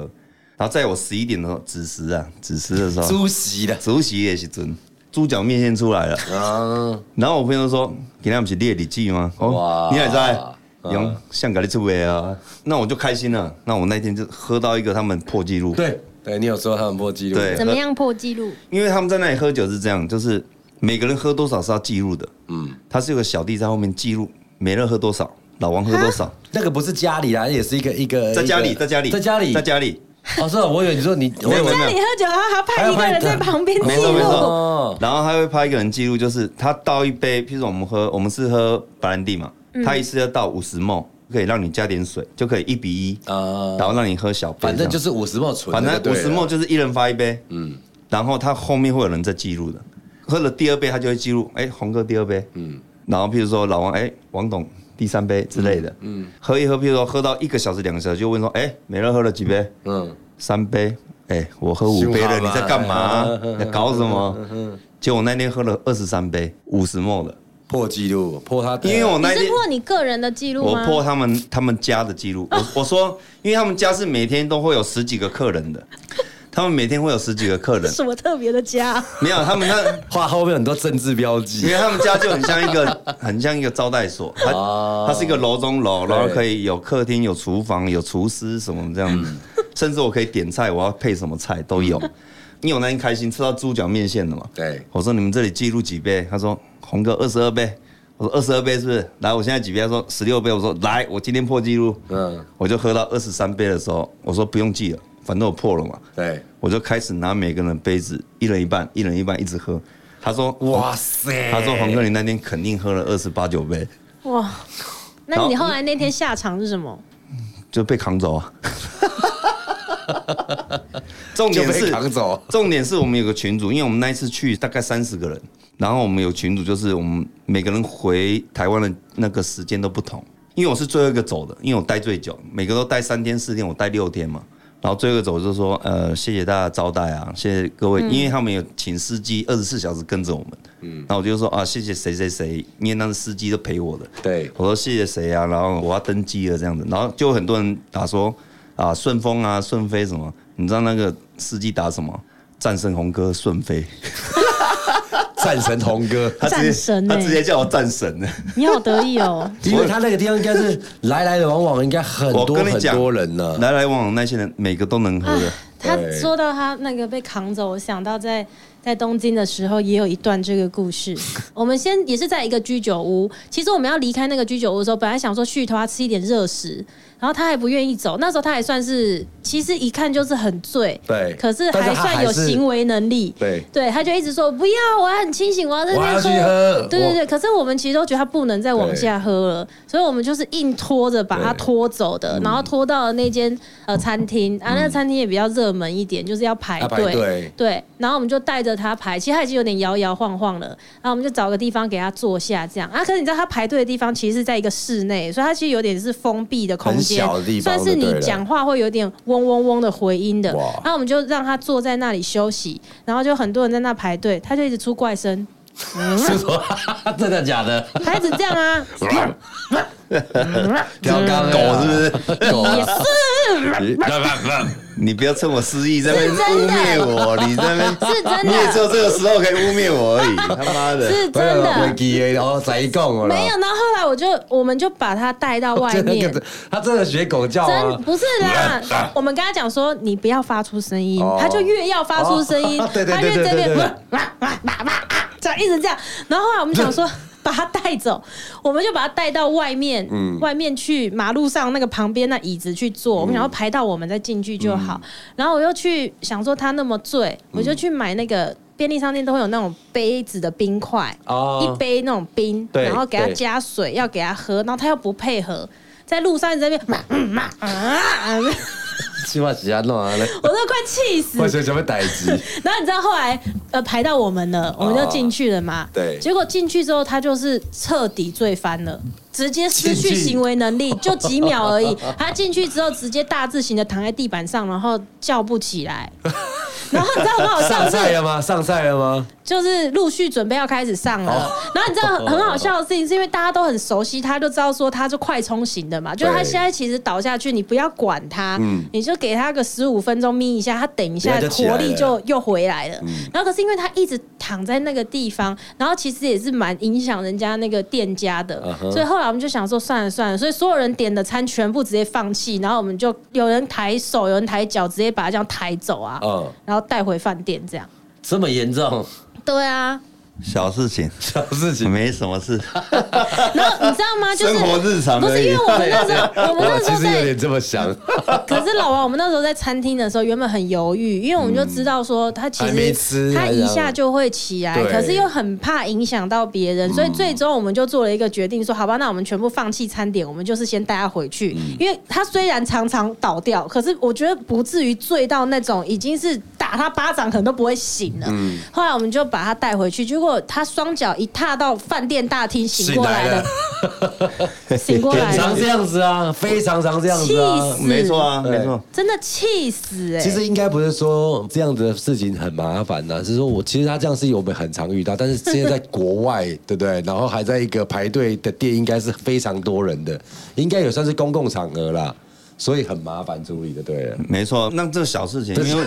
[SPEAKER 2] 然后在我十一点的时候子时啊子时的时候，
[SPEAKER 1] 出席的
[SPEAKER 2] 主席也是尊。猪脚面线出来了，
[SPEAKER 1] 啊，
[SPEAKER 2] 然后我朋友说：“给他们是列礼记吗？”哦
[SPEAKER 1] 哇，
[SPEAKER 2] 你也在
[SPEAKER 1] 嗯
[SPEAKER 2] 用香港的出位啊？那我就开心了。那我那天就喝到一个他们破纪录，
[SPEAKER 1] 对对，你有说他们破纪录的，
[SPEAKER 2] 对
[SPEAKER 3] 怎么样破纪录？
[SPEAKER 2] 因为他们在那里喝酒是这样，就是每个人喝多少是要记录的。嗯，他是有个小弟在后面记录，每人喝多少，老王喝多少，
[SPEAKER 1] 那个不是家里啦，也是一个一个
[SPEAKER 2] 在家
[SPEAKER 1] 一
[SPEAKER 2] 里，
[SPEAKER 1] 个
[SPEAKER 2] 在家里，
[SPEAKER 1] 在家里，
[SPEAKER 2] 在。家里。
[SPEAKER 1] 哦，是啊，我以为你说你，我以为
[SPEAKER 2] 没
[SPEAKER 3] 那
[SPEAKER 2] 有
[SPEAKER 3] 你喝酒，然后还派一个人在旁边
[SPEAKER 2] 没
[SPEAKER 3] 记
[SPEAKER 2] 错没
[SPEAKER 3] 录。
[SPEAKER 1] 哦
[SPEAKER 2] 错。然后他会拍一个人记录，就是他倒一杯，譬如说我们喝，我们是喝白兰地嘛，他一次要倒五十 ml，可以让你加点水，就可以一比一，
[SPEAKER 1] 啊
[SPEAKER 2] 然后让你喝小杯这样。
[SPEAKER 1] 反正就是五十墨存的
[SPEAKER 2] 反
[SPEAKER 1] 就对啊
[SPEAKER 2] 正
[SPEAKER 1] 了，
[SPEAKER 2] 五十沫就是一人发一杯，啊嗯，然后他后面会有人在记录的，喝了第二杯他就会记录，哎、红哥第二杯，嗯，然后譬如说老王，哎、王董第三杯之类的，嗯，喝一喝，譬如说喝到一个小时、两个小时，就问说，哎、每人喝了几杯？
[SPEAKER 1] 嗯，
[SPEAKER 2] 三杯，哎、我喝五杯
[SPEAKER 1] 凶
[SPEAKER 2] 了，
[SPEAKER 1] 悍
[SPEAKER 2] 你
[SPEAKER 1] 嘛
[SPEAKER 2] 在干嘛
[SPEAKER 1] 嗯？
[SPEAKER 2] 在搞什么？结果我那天喝了二十三杯，五十沫的，
[SPEAKER 1] 破纪录，破他的
[SPEAKER 2] 因为我
[SPEAKER 3] 你
[SPEAKER 2] 那一
[SPEAKER 3] 是
[SPEAKER 2] 天
[SPEAKER 3] 破你个人的记录
[SPEAKER 2] 我
[SPEAKER 3] 吗？
[SPEAKER 2] 破他们他们家的记录，我我说，因为他们家是每天都会有十几个客人的，他们每天会有十几个客人，
[SPEAKER 4] 什么特别的家？
[SPEAKER 2] 没有他们那
[SPEAKER 1] 画后面很多政治标
[SPEAKER 2] 因
[SPEAKER 1] 记
[SPEAKER 2] 为，他们家就很像一个很像一个招待所，它、
[SPEAKER 1] 哦
[SPEAKER 2] 它是一个楼中楼，然后
[SPEAKER 1] 对
[SPEAKER 2] 可以有客厅、有厨房、有厨师什么这样子，
[SPEAKER 1] 嗯
[SPEAKER 2] 甚至我可以点菜，我要配什么菜都有。因为我那天开心吃到猪脚面线了嘛，
[SPEAKER 1] 对
[SPEAKER 2] 我说你们这里记录几杯？他说红哥二十二杯，我说二十二杯是不是？来，我现在几杯？他说十六杯，我说来，我今天破纪录，
[SPEAKER 1] 嗯，
[SPEAKER 2] 我就喝到二十三杯的时候，我说不用记了，反正我破了嘛，
[SPEAKER 1] 对，
[SPEAKER 2] 我就开始拿每个人的杯子，一人一半，一人一半一直喝。他说
[SPEAKER 1] 哇塞，
[SPEAKER 2] 他说：“黄哥，你那天肯定喝了二十八九杯，
[SPEAKER 3] 哇！那你后来那天下场是什么？
[SPEAKER 2] 就被扛走啊。” 重
[SPEAKER 1] 就
[SPEAKER 2] 点
[SPEAKER 1] 被
[SPEAKER 2] 是，
[SPEAKER 1] 扛走，
[SPEAKER 2] 重点是我们有个群主，因为我们那一次去大概三十个人，然后我们有群主，就是我们每个人回台湾的那个时间都不同。因为我是最后一个走的，因为我待最久，每个都待三天四天，我待六天嘛。然后最后一个走就说，呃，谢谢大家招待啊，谢谢各位，因为他们有请司机二十四小时跟着我们。嗯，然后我就说啊，谢谢谁谁谁，因为那个司机都陪我的。
[SPEAKER 1] 对
[SPEAKER 2] 我说谢谢谁啊，然后我要登机了这样子，然后就有很多人打说啊顺风啊顺飞什么，你知道那个司机打什么？战胜红哥顺飞，
[SPEAKER 1] 战神童哥，
[SPEAKER 2] 他直接
[SPEAKER 3] 战神欸
[SPEAKER 2] 他直接叫我战神呢。
[SPEAKER 3] 你好得意哦！
[SPEAKER 1] 因为他那个地方应该是来来往往，应该很
[SPEAKER 2] 我
[SPEAKER 1] 多
[SPEAKER 2] 跟你
[SPEAKER 1] 很
[SPEAKER 2] 讲，
[SPEAKER 1] 多人啊呢。
[SPEAKER 2] 来来往往那些人每个都能喝的，
[SPEAKER 3] 啊他
[SPEAKER 1] 对
[SPEAKER 3] 说到他那个被扛走，我想到在在东京的时候也有一段这个 故事。我们先也是在一个居酒屋，其实我们要离开那个居酒屋的时候，本来想说去他吃一点热食，然后他还不愿意走。那时候他还算是，其实一看就是很醉，
[SPEAKER 1] 对
[SPEAKER 3] 可是
[SPEAKER 1] 但是
[SPEAKER 3] 还
[SPEAKER 1] 他
[SPEAKER 3] 算有
[SPEAKER 1] 还是
[SPEAKER 3] 行为能力，
[SPEAKER 1] 对
[SPEAKER 3] 对，他就一直说不要，我还很清醒，我要在
[SPEAKER 1] 我
[SPEAKER 3] 那
[SPEAKER 1] 要去
[SPEAKER 3] 边
[SPEAKER 1] 喝
[SPEAKER 3] 对对
[SPEAKER 1] 我
[SPEAKER 3] 对，可是我们其实都觉得他不能再往
[SPEAKER 1] 对
[SPEAKER 3] 下喝了，所以我们就是硬拖着把他
[SPEAKER 1] 对嗯
[SPEAKER 3] 拖走的，然后拖到了那间呃餐厅啊，那个餐厅也比较热门一点，就是要排
[SPEAKER 1] 要排队
[SPEAKER 3] 队，对，然后我们就带着他排，其实他已经有点摇摇晃晃了，然后我们就找个地方给他坐下，这样啊，可是你知道他排队的地方其实是在一个室内，所以他其实有点是封闭的空间
[SPEAKER 1] 很小的地，方
[SPEAKER 3] 算
[SPEAKER 1] 就是
[SPEAKER 3] 你
[SPEAKER 1] 对了
[SPEAKER 3] 讲话会有点嗡嗡嗡的回音的
[SPEAKER 1] 哇，
[SPEAKER 3] 那我们就让他坐在那里休息，然后就很多人在那排队，他就一直出怪声。
[SPEAKER 1] 是说真的假 的？
[SPEAKER 3] 他一直这样 啊，
[SPEAKER 1] 跳钢
[SPEAKER 2] 狗是不是？
[SPEAKER 1] 是？嗯 狗啊
[SPEAKER 3] 也是
[SPEAKER 2] 你不要趁我失忆在那边
[SPEAKER 3] 是真
[SPEAKER 2] 污
[SPEAKER 3] 的
[SPEAKER 2] 蔑我，你在那边
[SPEAKER 3] 是真
[SPEAKER 2] 你也只
[SPEAKER 3] 的，
[SPEAKER 2] 有这个时候可以污蔑我而已，他妈的！
[SPEAKER 3] 是真
[SPEAKER 1] 没
[SPEAKER 3] 的，
[SPEAKER 1] 记的哦，谁讲哦？
[SPEAKER 3] 没有。然后后来我就我们就把他带到外
[SPEAKER 1] 就那
[SPEAKER 3] 面，
[SPEAKER 1] 个，他真的学狗叫
[SPEAKER 3] 真
[SPEAKER 1] 啊！
[SPEAKER 3] 不是啦。我们跟他讲说你不要发出声音
[SPEAKER 1] 哦，
[SPEAKER 3] 他就越要发出声音
[SPEAKER 1] 哦， 对对
[SPEAKER 3] 他越
[SPEAKER 1] 对
[SPEAKER 3] 这
[SPEAKER 1] 对对
[SPEAKER 3] 边
[SPEAKER 1] 对
[SPEAKER 3] 哇哇哇哇哇啊这样一直这样。然后后来我们想说。把他带走，我们就把他带到外面，
[SPEAKER 1] 嗯
[SPEAKER 3] 外面去马路上那个旁边那椅子去坐。我们想要排到我们再进去就
[SPEAKER 1] 嗯
[SPEAKER 3] 好。然后我又去想说他那么醉，我就去买那个便利商店都会有那种杯子的冰块，
[SPEAKER 1] 哦
[SPEAKER 3] 一杯那种冰，
[SPEAKER 1] 对
[SPEAKER 3] 然后给他
[SPEAKER 1] 对
[SPEAKER 3] 加水，要给他喝，然后他又不配合，在路上一直在那边骂嗯骂啊， 我
[SPEAKER 1] 起码是安弄啊嘞，
[SPEAKER 3] 都快气死
[SPEAKER 1] 会。成什么代 志？
[SPEAKER 3] 然后你知道后来呃排到我们了，我们就进去了嘛。
[SPEAKER 1] 哦对
[SPEAKER 3] 结果进去之后，他就是彻底醉翻了，直接
[SPEAKER 1] 进
[SPEAKER 3] 失去
[SPEAKER 1] 去
[SPEAKER 3] 行为能力，就几秒 而已。他进去之后，直接大字型的躺在地板上，然后叫不 起来。然后你知道很好笑
[SPEAKER 1] 上
[SPEAKER 3] 的是，
[SPEAKER 1] 菜了吗？上菜了吗？
[SPEAKER 3] 就是陆续准备要开始上了。
[SPEAKER 1] 哦
[SPEAKER 3] 然后你知道很很好笑的事情，是因为大家都很熟悉他，就知道说他是快冲型的嘛，就是他现在其实倒下去，你不要管他，
[SPEAKER 1] 嗯
[SPEAKER 3] 你就给他个十五分钟眯一下，他等一下
[SPEAKER 1] 人家就起来
[SPEAKER 3] 活
[SPEAKER 1] 了嗯
[SPEAKER 3] 力就又回来了。然后可是因为他一直躺在那个地方，然后其实也是蛮影响人家那个店家的
[SPEAKER 1] 嗯哼
[SPEAKER 3] 所以后来我们就想说算了算了，所以所有人点的餐全部直接放弃，然后我们就有人抬手，有人抬脚，直接把他这样抬走啊，
[SPEAKER 1] 嗯，
[SPEAKER 3] 然后带回饭店这样。
[SPEAKER 1] 这么严重，
[SPEAKER 3] 对啊，
[SPEAKER 2] 小事情，
[SPEAKER 1] 小事情。
[SPEAKER 2] 没什么事，
[SPEAKER 3] 然后你知道吗？就是
[SPEAKER 2] 生活日常
[SPEAKER 3] 不
[SPEAKER 2] 而
[SPEAKER 3] 是因
[SPEAKER 2] 已
[SPEAKER 3] 为。我们那时候，我们
[SPEAKER 1] 我
[SPEAKER 3] 那时
[SPEAKER 1] 其
[SPEAKER 3] 候
[SPEAKER 1] 实有点
[SPEAKER 3] 在，
[SPEAKER 1] 这么想，
[SPEAKER 3] 可是老王，我们那时候在餐厅的时候，原本很犹豫，因为我们就知道说他其
[SPEAKER 1] 还没
[SPEAKER 3] 实
[SPEAKER 1] 吃
[SPEAKER 3] 他
[SPEAKER 1] 还是
[SPEAKER 3] 一下就会起来，
[SPEAKER 1] 对
[SPEAKER 3] 可是又很怕影响到别人，所以最终我们就做了一个决定，说好吧，那我们全部放弃餐点，我们就是先带他回去，
[SPEAKER 1] 嗯
[SPEAKER 3] 因为他虽然常常倒掉，可是我觉得不至于
[SPEAKER 1] 嗯
[SPEAKER 3] 醉到那种已经是打他巴掌可能都不会醒了。后来我们就把他带回去，结果果他双脚一踏到饭店大厅醒过来
[SPEAKER 1] 醒
[SPEAKER 3] 的，醒过 来
[SPEAKER 1] 很常这
[SPEAKER 3] 了，
[SPEAKER 1] 样子啊，非常常这样子啊
[SPEAKER 3] 气。死
[SPEAKER 2] 没错啊，没错。
[SPEAKER 3] 真的气死哎、
[SPEAKER 1] 其实应该不是说这样的事情很麻烦呐、是说我其实他这样事情我们很常遇到，但是现在在国外，对不对？然后还在一个排队的店，应该是非常多人的，应该也算是公共场合啦，所以很麻烦处理的，对 了。
[SPEAKER 2] 没错，那这个小事情，
[SPEAKER 1] 对
[SPEAKER 2] 因 为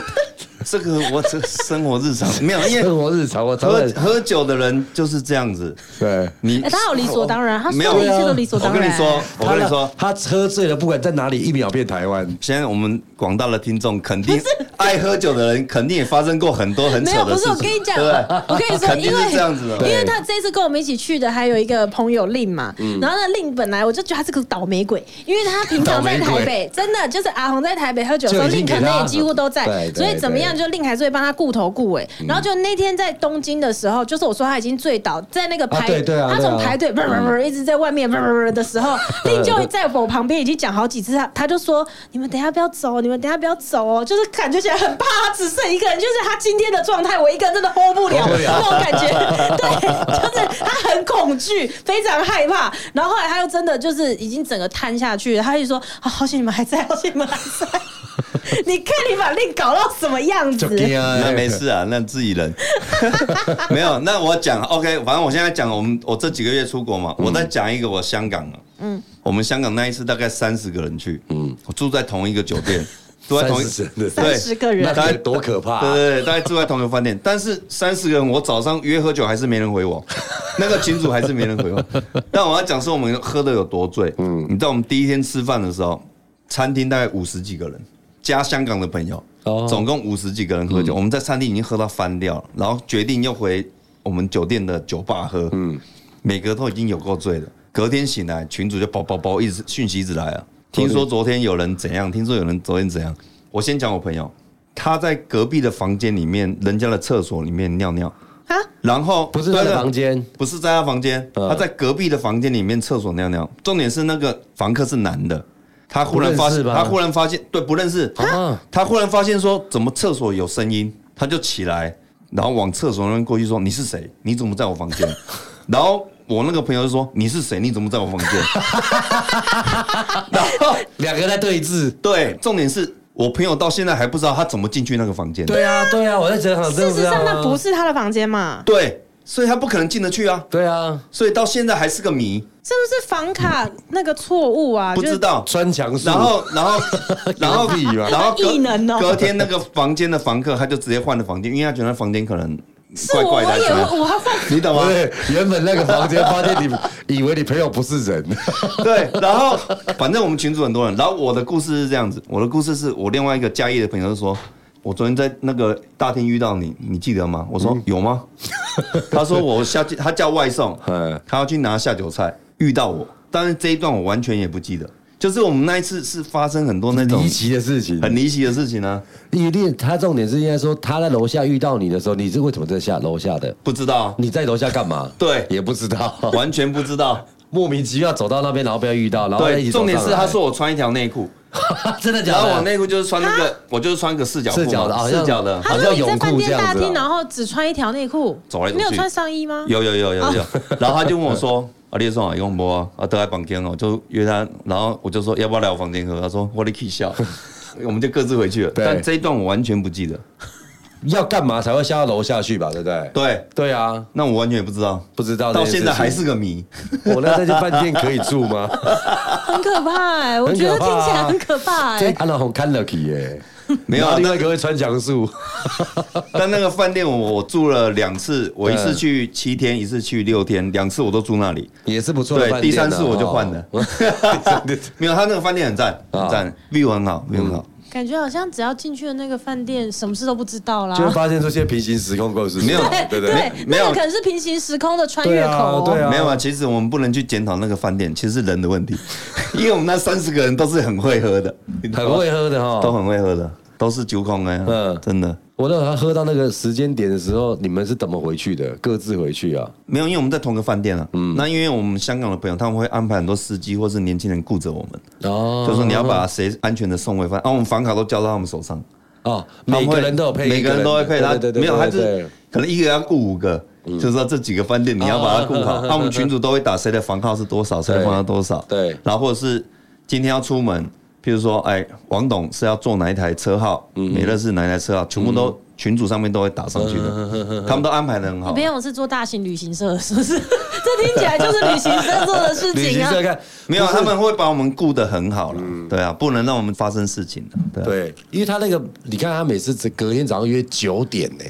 [SPEAKER 2] 这个我这生活 日常没有，因为
[SPEAKER 1] 生活日常我常
[SPEAKER 2] 喝
[SPEAKER 1] 常
[SPEAKER 2] 喝酒的人就是这样子，
[SPEAKER 1] 对。
[SPEAKER 2] 你
[SPEAKER 3] 哎他好理所当然，他
[SPEAKER 2] 没
[SPEAKER 3] 说
[SPEAKER 2] 有
[SPEAKER 3] 的一切都理所
[SPEAKER 2] 我
[SPEAKER 3] 当然。
[SPEAKER 2] 跟你说，我跟你说，
[SPEAKER 1] 他喝醉了，不管在哪里，一秒变台湾。
[SPEAKER 2] 现在我们广大的听众肯定爱喝酒的人，肯定也发生过很多很
[SPEAKER 3] 没
[SPEAKER 2] 扯
[SPEAKER 3] 有，
[SPEAKER 2] 的
[SPEAKER 3] 不
[SPEAKER 2] 事
[SPEAKER 3] 是
[SPEAKER 2] 情，
[SPEAKER 3] 我跟你讲，
[SPEAKER 2] 对不对
[SPEAKER 3] 我跟你 说，
[SPEAKER 2] 肯定
[SPEAKER 3] 因为
[SPEAKER 2] 是这样子的
[SPEAKER 3] 因为
[SPEAKER 1] 对嗯
[SPEAKER 3] 他这次跟我们一起去的还有一个朋友令嘛，然后那令本来我就觉得他是个倒霉鬼，因为他平常 在
[SPEAKER 1] 倒霉
[SPEAKER 3] 台
[SPEAKER 1] 鬼
[SPEAKER 3] 北真的就是阿红在台北喝酒的时候，
[SPEAKER 1] 就已
[SPEAKER 3] 令
[SPEAKER 1] 经
[SPEAKER 3] 可
[SPEAKER 1] 给
[SPEAKER 3] 能
[SPEAKER 1] 他
[SPEAKER 3] 也几乎都在
[SPEAKER 1] 对，对嗯
[SPEAKER 3] 所以怎么样就令还是会帮他顾头顾尾。然后就那天在东京的时候，就是我说他已经醉倒在那个
[SPEAKER 1] 啊
[SPEAKER 3] 排
[SPEAKER 1] 对对啊，
[SPEAKER 3] 他
[SPEAKER 1] 对
[SPEAKER 3] 从
[SPEAKER 1] 啊
[SPEAKER 3] 排队不不不一直在外面不不不的时候，令就在我旁边已经讲好几次，他他就说你们等一下不要走，你们等一下不要走哦，就是感觉起来很怕他只剩一个人，就是他今天的状态，我一个人真的 hold 不了。
[SPEAKER 1] 受不了
[SPEAKER 3] 那种感觉，对，就是他很恐惧，非常害怕。然后后来他又真的就是已经整个瘫下去了，他就说：“啊，好险你们还在，好险你们还在。”你看你把令搞到什么样子？
[SPEAKER 1] 啊
[SPEAKER 2] 那没事啊，那自己人 没有。那我讲 OK，反正我现在讲我们我这几个月出国嘛，
[SPEAKER 1] 嗯
[SPEAKER 2] 我再讲一个我香港啊，嗯，我们香港那一次大概三十个人去，嗯，我住在同一个酒 店，住在同一
[SPEAKER 1] 30人
[SPEAKER 2] 对
[SPEAKER 3] 30个人
[SPEAKER 1] 那
[SPEAKER 2] 大
[SPEAKER 1] 该
[SPEAKER 2] 概
[SPEAKER 1] 多可怕、
[SPEAKER 2] 对
[SPEAKER 1] 啊！
[SPEAKER 2] 对对，大概住在同一个饭店，但是三十个人，我早上约喝酒还是没人 回我，那个群主还是没人回我。但我要讲说我们喝的有多醉，嗯，你知道我们第一天吃饭的时候，餐厅大概五十几个人，加香港的朋友，
[SPEAKER 1] 哦
[SPEAKER 2] 总共五十几个人喝酒，我们在餐厅已经喝到翻掉了，然后决定又回我们酒店的酒吧喝，嗯，每个都已经有够醉了。隔天醒来，群主就包包包一直讯息一直来啊，听说昨天有人怎样，听说有人昨天怎样。我先讲我朋友，他在隔壁的房间里面，人家的厕所里面尿尿，
[SPEAKER 3] 啊，
[SPEAKER 2] 然后
[SPEAKER 1] 不是他
[SPEAKER 2] 对
[SPEAKER 1] 的
[SPEAKER 2] 对
[SPEAKER 1] 房间，
[SPEAKER 2] 不是在他房间，
[SPEAKER 1] 嗯
[SPEAKER 2] 他在隔壁的房间里面厕所尿尿。重点是那个房客是男的，他忽然发
[SPEAKER 1] 不认识
[SPEAKER 2] 现，
[SPEAKER 1] 吧
[SPEAKER 2] 他忽然发现，对，不认识
[SPEAKER 1] 啊，
[SPEAKER 2] 他忽然发现说怎么厕所有声音，他就起来，然后往厕所那边过去说：“你是谁？你怎么在我房间？” 然后我那个朋友就说：“你是谁？你怎么在我房间？” 然后
[SPEAKER 1] 两个在对峙。
[SPEAKER 2] 对，重点是我朋友到现在还不知道他怎么进去那个房间的。
[SPEAKER 1] 对啊，对啊，我在讲场这
[SPEAKER 3] 事
[SPEAKER 1] 样
[SPEAKER 3] 实
[SPEAKER 1] 子啊。
[SPEAKER 3] 上那不是他的房间嘛，
[SPEAKER 2] 对，所以他不可能进得去啊，
[SPEAKER 1] 对啊，
[SPEAKER 2] 所以到现在还是个谜，
[SPEAKER 3] 是不是房卡那个错误啊？
[SPEAKER 2] 不
[SPEAKER 3] 就是
[SPEAKER 2] 知道。
[SPEAKER 1] 穿墙术。
[SPEAKER 2] 然后，然后，然后
[SPEAKER 1] 有理吧，
[SPEAKER 2] 然后
[SPEAKER 3] 异能哦
[SPEAKER 2] 隔隔天那个房间的房客，他就直接换了房间，因为他觉得那房间可能
[SPEAKER 1] 啊
[SPEAKER 3] 是
[SPEAKER 2] 怪
[SPEAKER 3] 我，
[SPEAKER 2] 怪的
[SPEAKER 3] 我
[SPEAKER 2] 还是怎
[SPEAKER 3] 也
[SPEAKER 2] 么样，
[SPEAKER 3] 会，我还放
[SPEAKER 2] 你懂吗？
[SPEAKER 1] 对，原本那个房间发现你以为你朋友不是 人，
[SPEAKER 2] 对，然后反正我们群主很多人，然后我的故事是这样子，我的故事是我另外一个嘉义的朋友就说，我昨天在那个大厅遇到你，你记得吗？我说、有吗？他说我下去，他叫外送
[SPEAKER 1] 嗯，
[SPEAKER 2] 他要去拿下酒菜，遇到我，但是这一段我完全也不记得，就是我们那一次是发生很多那种
[SPEAKER 1] 离奇的事情。
[SPEAKER 2] 很离奇的事情啊呢、
[SPEAKER 1] 一定，他重点是应该说他在楼下遇到你的时候，你是为什么在下楼下的？
[SPEAKER 2] 不知道，
[SPEAKER 1] 你在楼下干嘛？
[SPEAKER 2] 对
[SPEAKER 1] 也不知道，
[SPEAKER 2] 完全不知道。
[SPEAKER 1] 莫名其妙走到那边，然后被他遇到，然后再一
[SPEAKER 2] 对，
[SPEAKER 1] 起
[SPEAKER 2] 重
[SPEAKER 1] 走上来
[SPEAKER 2] 点是他说我穿一条内裤，
[SPEAKER 1] 真的假
[SPEAKER 2] 然后
[SPEAKER 1] 的？
[SPEAKER 2] 我内裤就是穿那个，我就是穿个四角裤嘛，
[SPEAKER 1] 四角的好像
[SPEAKER 2] 四角 的，
[SPEAKER 1] 好像
[SPEAKER 3] 他说你在
[SPEAKER 1] 泳裤
[SPEAKER 3] 饭店
[SPEAKER 1] 这样子啊
[SPEAKER 3] 大厅，然后只穿一条内裤，
[SPEAKER 2] 走来走去
[SPEAKER 3] 没有穿上衣吗？
[SPEAKER 2] 有有有 有有，然后他就问我说：“啊，你送啊，用不啊？啊，都在房间哦。”就约他，然后我就说要不要来我房间喝？他说我的 K 笑，我们就各自回去了。
[SPEAKER 1] 对
[SPEAKER 2] 但这一段我完全不记得，
[SPEAKER 1] 要干嘛才会下到楼下去吧？对不对？
[SPEAKER 2] 对，
[SPEAKER 1] 对啊，
[SPEAKER 2] 那我完全也不知道，
[SPEAKER 1] 不知道这件
[SPEAKER 2] 到
[SPEAKER 1] 事
[SPEAKER 2] 现
[SPEAKER 1] 情
[SPEAKER 2] 在还是 个谜。
[SPEAKER 1] 我那这间饭店可以住吗？
[SPEAKER 3] 很可怕 哎，我觉得
[SPEAKER 1] 很可
[SPEAKER 3] 听
[SPEAKER 1] 怕啊
[SPEAKER 3] 起来很可怕
[SPEAKER 1] 这
[SPEAKER 3] 哎。
[SPEAKER 1] 安娜红看了起耶，
[SPEAKER 2] 没有
[SPEAKER 1] 然
[SPEAKER 2] 啊
[SPEAKER 1] 后另
[SPEAKER 2] 那
[SPEAKER 1] 外一个会穿墙术，
[SPEAKER 2] 但那个饭店我我住了两次，我一次去七天，一次去六天，两次我都住那里。
[SPEAKER 1] 也是不错的
[SPEAKER 2] 对，
[SPEAKER 1] 饭
[SPEAKER 2] 第
[SPEAKER 1] 店啊。
[SPEAKER 2] 三次我就换 了
[SPEAKER 1] 哦。啊
[SPEAKER 2] 没有，他那个饭店很赞，很赞，view 很好，view 很好。
[SPEAKER 1] 嗯
[SPEAKER 3] 感觉好像只要进去的那个饭店，什么事都不知道啦。
[SPEAKER 1] 就会发现这些平行时空故事，
[SPEAKER 2] 没有
[SPEAKER 1] 对不对？
[SPEAKER 3] 对，
[SPEAKER 2] 没
[SPEAKER 3] 那
[SPEAKER 2] 有
[SPEAKER 3] 个可能是平行时空的穿越口、哦
[SPEAKER 1] 对啊
[SPEAKER 2] 没有啊，其实我们不能去检讨那个饭店，其实是人的问题，因为我们那三十个人都是很会喝的，
[SPEAKER 1] 很会，喝的
[SPEAKER 2] 都
[SPEAKER 1] 哈。
[SPEAKER 2] 很会喝的，都是酒控哎，
[SPEAKER 1] 嗯
[SPEAKER 2] 嗯，真的
[SPEAKER 1] 我那时候喝到那个时间点的时候，你们是怎么回去的？各自回去啊？
[SPEAKER 2] 没有，因为我们在同个饭店啊，嗯，那因为我们香港的朋友他们会安排很多司机或是年轻人顾着我们，
[SPEAKER 1] 哦
[SPEAKER 2] 就说你要把谁安全的送回饭，啊，我们房卡都交到他们手上，
[SPEAKER 1] 哦，
[SPEAKER 2] 他们
[SPEAKER 1] 每
[SPEAKER 2] 会
[SPEAKER 1] 个人都有配，
[SPEAKER 2] 啊每个人都会配他
[SPEAKER 1] 对对，对，
[SPEAKER 2] 没有，
[SPEAKER 1] 对
[SPEAKER 2] 他
[SPEAKER 1] 对对
[SPEAKER 2] 是可能一个人要顾五个，就知道这几个饭店你要把它顾好。
[SPEAKER 1] 哦
[SPEAKER 2] 那我们群主都会打谁的房号是多少，谁的房号多少，
[SPEAKER 1] 对
[SPEAKER 2] 然后或者是今天要出门，譬如说，哎，王董是要坐哪一台车号，
[SPEAKER 1] 嗯
[SPEAKER 2] 美乐是哪一台车号，全部都群主上面都会打上去
[SPEAKER 1] 嗯
[SPEAKER 2] 的，他们都安排的很好
[SPEAKER 3] 没。有是做大型旅行社的，是不 是？这听起来就是旅行社做的事
[SPEAKER 1] 旅
[SPEAKER 3] 情
[SPEAKER 1] 行
[SPEAKER 3] 啊。
[SPEAKER 1] 社看
[SPEAKER 2] 没有，
[SPEAKER 1] 不是
[SPEAKER 2] 他们会把我们顾得很好了，
[SPEAKER 1] 嗯
[SPEAKER 2] 对啊，不能让我们发生事情的，对啊。
[SPEAKER 1] 对，因为他那个，你看他每次只隔天早上约九点呢、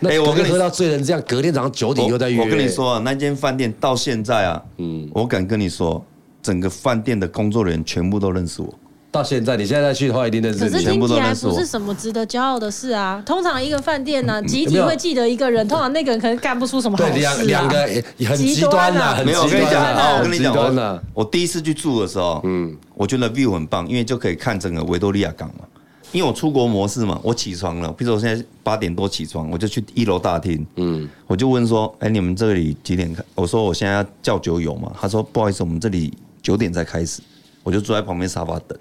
[SPEAKER 1] 那
[SPEAKER 2] 哎
[SPEAKER 1] 哎，
[SPEAKER 2] 我
[SPEAKER 1] 我
[SPEAKER 2] 跟
[SPEAKER 1] 跟
[SPEAKER 2] 你
[SPEAKER 1] 你喝到醉成这样，隔天早上九点
[SPEAKER 2] 我
[SPEAKER 1] 又在约、
[SPEAKER 2] 我跟你，说啊，那间饭店到现在啊，嗯，我敢跟你说，整个饭店的工作人员全部都认识我。
[SPEAKER 1] 到现在你现在再去的话，一定认识
[SPEAKER 3] 可是
[SPEAKER 1] 你。
[SPEAKER 3] 听起来
[SPEAKER 2] 全部都
[SPEAKER 3] 不
[SPEAKER 2] 认识我
[SPEAKER 3] 是什么值得骄傲的事啊。通常一个饭店呢、集
[SPEAKER 1] 没
[SPEAKER 3] 体
[SPEAKER 1] 有
[SPEAKER 3] 会记得一个人，通常那个人可能干不出什么好
[SPEAKER 1] 对，
[SPEAKER 3] 事啊。
[SPEAKER 1] 两两个也很极端呐、很
[SPEAKER 2] 没有，我
[SPEAKER 1] 极
[SPEAKER 2] 跟你
[SPEAKER 1] 端
[SPEAKER 2] 讲
[SPEAKER 1] 呐、
[SPEAKER 2] 啊，我跟你讲，
[SPEAKER 1] 很极端呐、
[SPEAKER 2] 我我第一次去住的时候，嗯，我觉得 view 很棒，因为就可以看整个维多利亚港嘛。因为我出国模式嘛，我起床了，比如说我现在八点多起床，我就去一楼大厅，嗯，我就问说，哎、你们这里几点开？我说我现在要叫酒友嘛，他说不好意思，我们这里九点才开始，我就坐在旁边沙发等。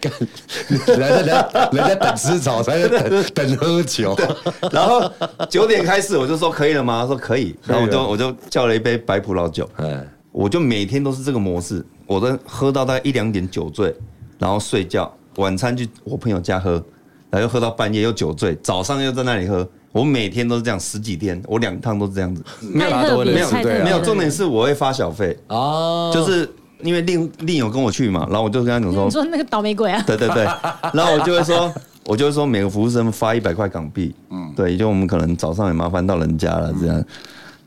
[SPEAKER 1] 干，人家人家等吃早餐，等等喝酒，
[SPEAKER 2] 然后九点开始，我就说可以了吗？他说可以，啊然后我
[SPEAKER 1] 可以
[SPEAKER 2] 就
[SPEAKER 1] 了
[SPEAKER 2] 我就叫了一杯白葡萄酒，
[SPEAKER 1] 嗯，
[SPEAKER 2] 我就每天都是这个模式，我都喝到大概一两点酒醉，然后睡觉，晚餐去我朋友家喝，然后又喝到半夜又酒醉，早上又在那里喝，我每天都是这样十几天，我两趟都是这样子，
[SPEAKER 1] 没有
[SPEAKER 3] 太
[SPEAKER 1] 拿
[SPEAKER 3] 特
[SPEAKER 1] 多的
[SPEAKER 3] 别
[SPEAKER 2] 没
[SPEAKER 1] 人
[SPEAKER 2] 有
[SPEAKER 1] 是
[SPEAKER 3] 太
[SPEAKER 1] 对
[SPEAKER 3] 特
[SPEAKER 1] 啊
[SPEAKER 3] 别
[SPEAKER 2] 没有，重点是我会发小费，
[SPEAKER 1] 哦，
[SPEAKER 2] 就是因为另另有跟我去嘛，然后我就跟他讲说
[SPEAKER 3] 你，说那个倒霉鬼啊，
[SPEAKER 2] 对对对，然后我就会说，我就会说每个服务生发一百块港币，嗯，对，就我们可能早上也麻烦到人家了这样，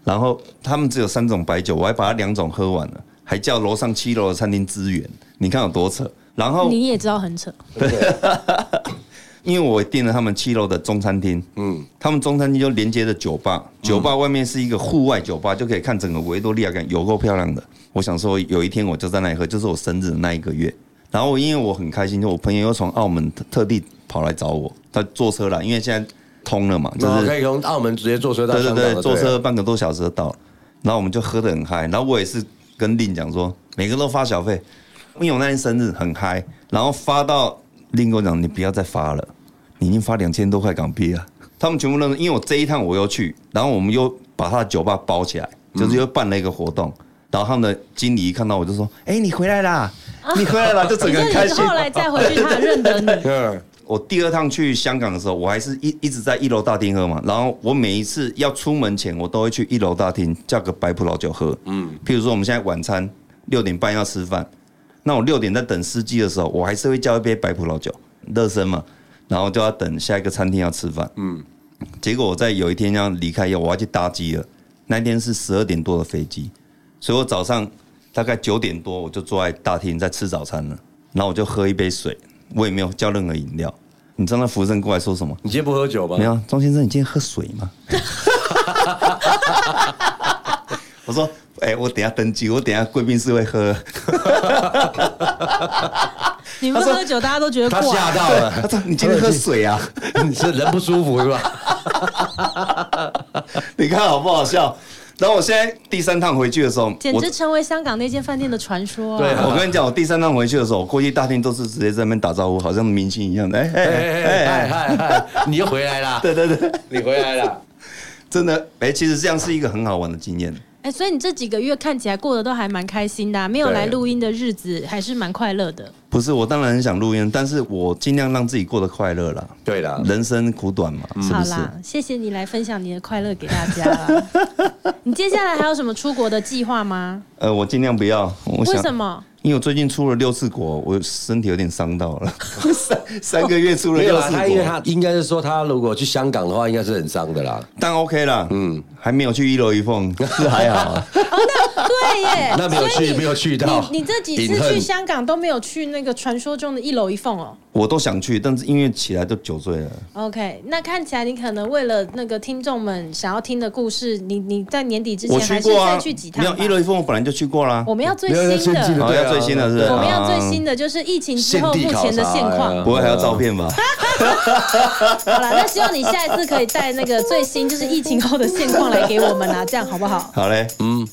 [SPEAKER 2] 然后他们只有三种白酒，我还把它两种喝完了，还叫楼上七楼的餐厅支援，你看有多扯。然后
[SPEAKER 3] 你也知道很扯。
[SPEAKER 2] 因为我订了他们七楼的中餐厅，嗯，他们中餐厅就连接着酒吧，酒吧外面是一个户外酒吧，就可以看整个维多利亚港，有够漂亮的。我想说有一天我就在那里喝，就是我生日的那一个月。然后我因为我很开心，就我朋友又从澳门特特地跑来找我，他坐车来，因为现在通了嘛，就
[SPEAKER 1] 然后
[SPEAKER 2] 是
[SPEAKER 1] 可以从澳门直接坐车到
[SPEAKER 2] 对
[SPEAKER 1] 香
[SPEAKER 2] 对
[SPEAKER 1] 港了，
[SPEAKER 2] 对，坐
[SPEAKER 1] 啊
[SPEAKER 2] 车半个多小时就到了，然后我们就喝得很嗨，然后我也是跟令讲说，每个都发小费，因为我那天生日很嗨，然后发到令跟我讲，你不要再发了，你已经发两千多块港币了。他们全部认为，因为我这一趟我又去，然后我们又把他的酒吧包起来，就是又办了一个活动。然后他们的经理一看到我就说：“哎、你回来啦，你回来啦！”就整
[SPEAKER 3] 你
[SPEAKER 2] 个
[SPEAKER 3] 说
[SPEAKER 2] 很
[SPEAKER 3] 你
[SPEAKER 2] 开
[SPEAKER 3] 是
[SPEAKER 2] 心。
[SPEAKER 3] 后来再回去，他很认 得你。
[SPEAKER 1] 嗯，
[SPEAKER 2] 我第二趟去香港的时候，我还是一一直在一楼大厅喝嘛。然后我每一次要出门前，我都会去一楼大厅叫个白葡萄酒喝。嗯，譬如说我们现在晚餐六点半要吃饭，那我六点在等司机的时候，我还是会叫一杯白葡萄酒热身嘛，然后就要等下一个餐厅要吃饭。嗯，结果我在有一天要离开以后，我要去搭机了。那天是十二点多的飞机，所以我早上大概九点多我就坐在大厅在吃早餐了，然后我就喝一杯水，我也没有叫任何饮料。你知道那服务生过来说什么？
[SPEAKER 1] 你今天不喝酒吧？
[SPEAKER 2] 没有，啊庄先生，你今天喝水吗？ 我说，哎、我等一下登记，我等一下贵宾室会喝。
[SPEAKER 3] 你们喝酒，大家都觉得
[SPEAKER 1] 他
[SPEAKER 3] 怪。啊
[SPEAKER 1] 吓到了，
[SPEAKER 2] 他说，你今天喝水啊？
[SPEAKER 1] 你是人不舒服是吧？
[SPEAKER 2] 你看好不好笑？然后我现在第三趟回去的时候，
[SPEAKER 3] 简
[SPEAKER 2] 我
[SPEAKER 3] 直成为香港那间饭店的传说、啊。
[SPEAKER 1] 对
[SPEAKER 2] 我跟你讲，我第三趟回去的时候，我过去大厅都是直接在那边打招呼，好像明星一样的。哎哎
[SPEAKER 1] 哎
[SPEAKER 2] 哎
[SPEAKER 1] 哎
[SPEAKER 2] 哎
[SPEAKER 1] 哎
[SPEAKER 2] 哎，
[SPEAKER 1] 嗨嗨，你又回来啦？
[SPEAKER 2] 对对对，
[SPEAKER 1] 你回来啦？
[SPEAKER 2] 真的，哎、其实这样是一个很好玩的经验。
[SPEAKER 3] 哎、所以你这几个月看起来过得都还蛮开心的、啊，没有
[SPEAKER 1] 对
[SPEAKER 3] 来录音的日子还是蛮快乐的。
[SPEAKER 2] 不是，我当然很想录音，但是我尽量让自己过得快乐啦。
[SPEAKER 1] 对啦，
[SPEAKER 2] 人生苦短
[SPEAKER 1] 嗯
[SPEAKER 2] 嘛，是
[SPEAKER 3] 好
[SPEAKER 2] 不是？
[SPEAKER 3] 啦，谢谢你来分享你的快乐给大家啦。 你接下来还有什么出国的计划吗？
[SPEAKER 2] 呃，我尽量不要。我
[SPEAKER 3] 为
[SPEAKER 2] 想，
[SPEAKER 3] 什么？
[SPEAKER 2] 因为我最近出了六次国，我身体有点伤到 了，三三个月出了
[SPEAKER 1] 没有
[SPEAKER 2] 六
[SPEAKER 1] 啦，
[SPEAKER 2] 次
[SPEAKER 1] 他因为
[SPEAKER 2] 国，
[SPEAKER 1] 他应该是说，他如果去香港的话，应该是很伤的啦。
[SPEAKER 2] 但 OK 啦，嗯，还没有去一楼 一凤，是还好啊。
[SPEAKER 3] 对耶，
[SPEAKER 1] 那没有
[SPEAKER 3] 所以
[SPEAKER 1] 去，
[SPEAKER 3] 你
[SPEAKER 1] 没有去到。
[SPEAKER 3] 你你这几
[SPEAKER 1] 隐
[SPEAKER 3] 次
[SPEAKER 1] 恨
[SPEAKER 3] 去香港都没有去那个传说中的一楼一凤哦。
[SPEAKER 2] 我都想去，但是因为起来都酒醉了。
[SPEAKER 3] OK，那看起来你可能为了那个听众们想要听的故事，你你在年底之前
[SPEAKER 2] 我去
[SPEAKER 3] 还是
[SPEAKER 2] 过啊
[SPEAKER 3] 再去几，趟
[SPEAKER 2] 没
[SPEAKER 3] 吧。
[SPEAKER 2] 有一楼一凤，我本来就去过啦。
[SPEAKER 3] 我们要最
[SPEAKER 1] 没有要
[SPEAKER 3] 新
[SPEAKER 1] 先进
[SPEAKER 3] 的
[SPEAKER 1] 的，
[SPEAKER 2] 好
[SPEAKER 1] 对啊
[SPEAKER 2] 要最新的是不是？
[SPEAKER 3] 我们要最
[SPEAKER 2] 啊
[SPEAKER 3] 新的就是疫情之后
[SPEAKER 1] 现
[SPEAKER 3] 目
[SPEAKER 1] 地考察
[SPEAKER 3] 前的现况
[SPEAKER 1] 哎。呀
[SPEAKER 2] 不会还要照片 吧？
[SPEAKER 3] 好了，那希望你下一次可以带那个最新，就是疫情后的现况来给我们啊，这样好不好？
[SPEAKER 2] 好嘞，嗯，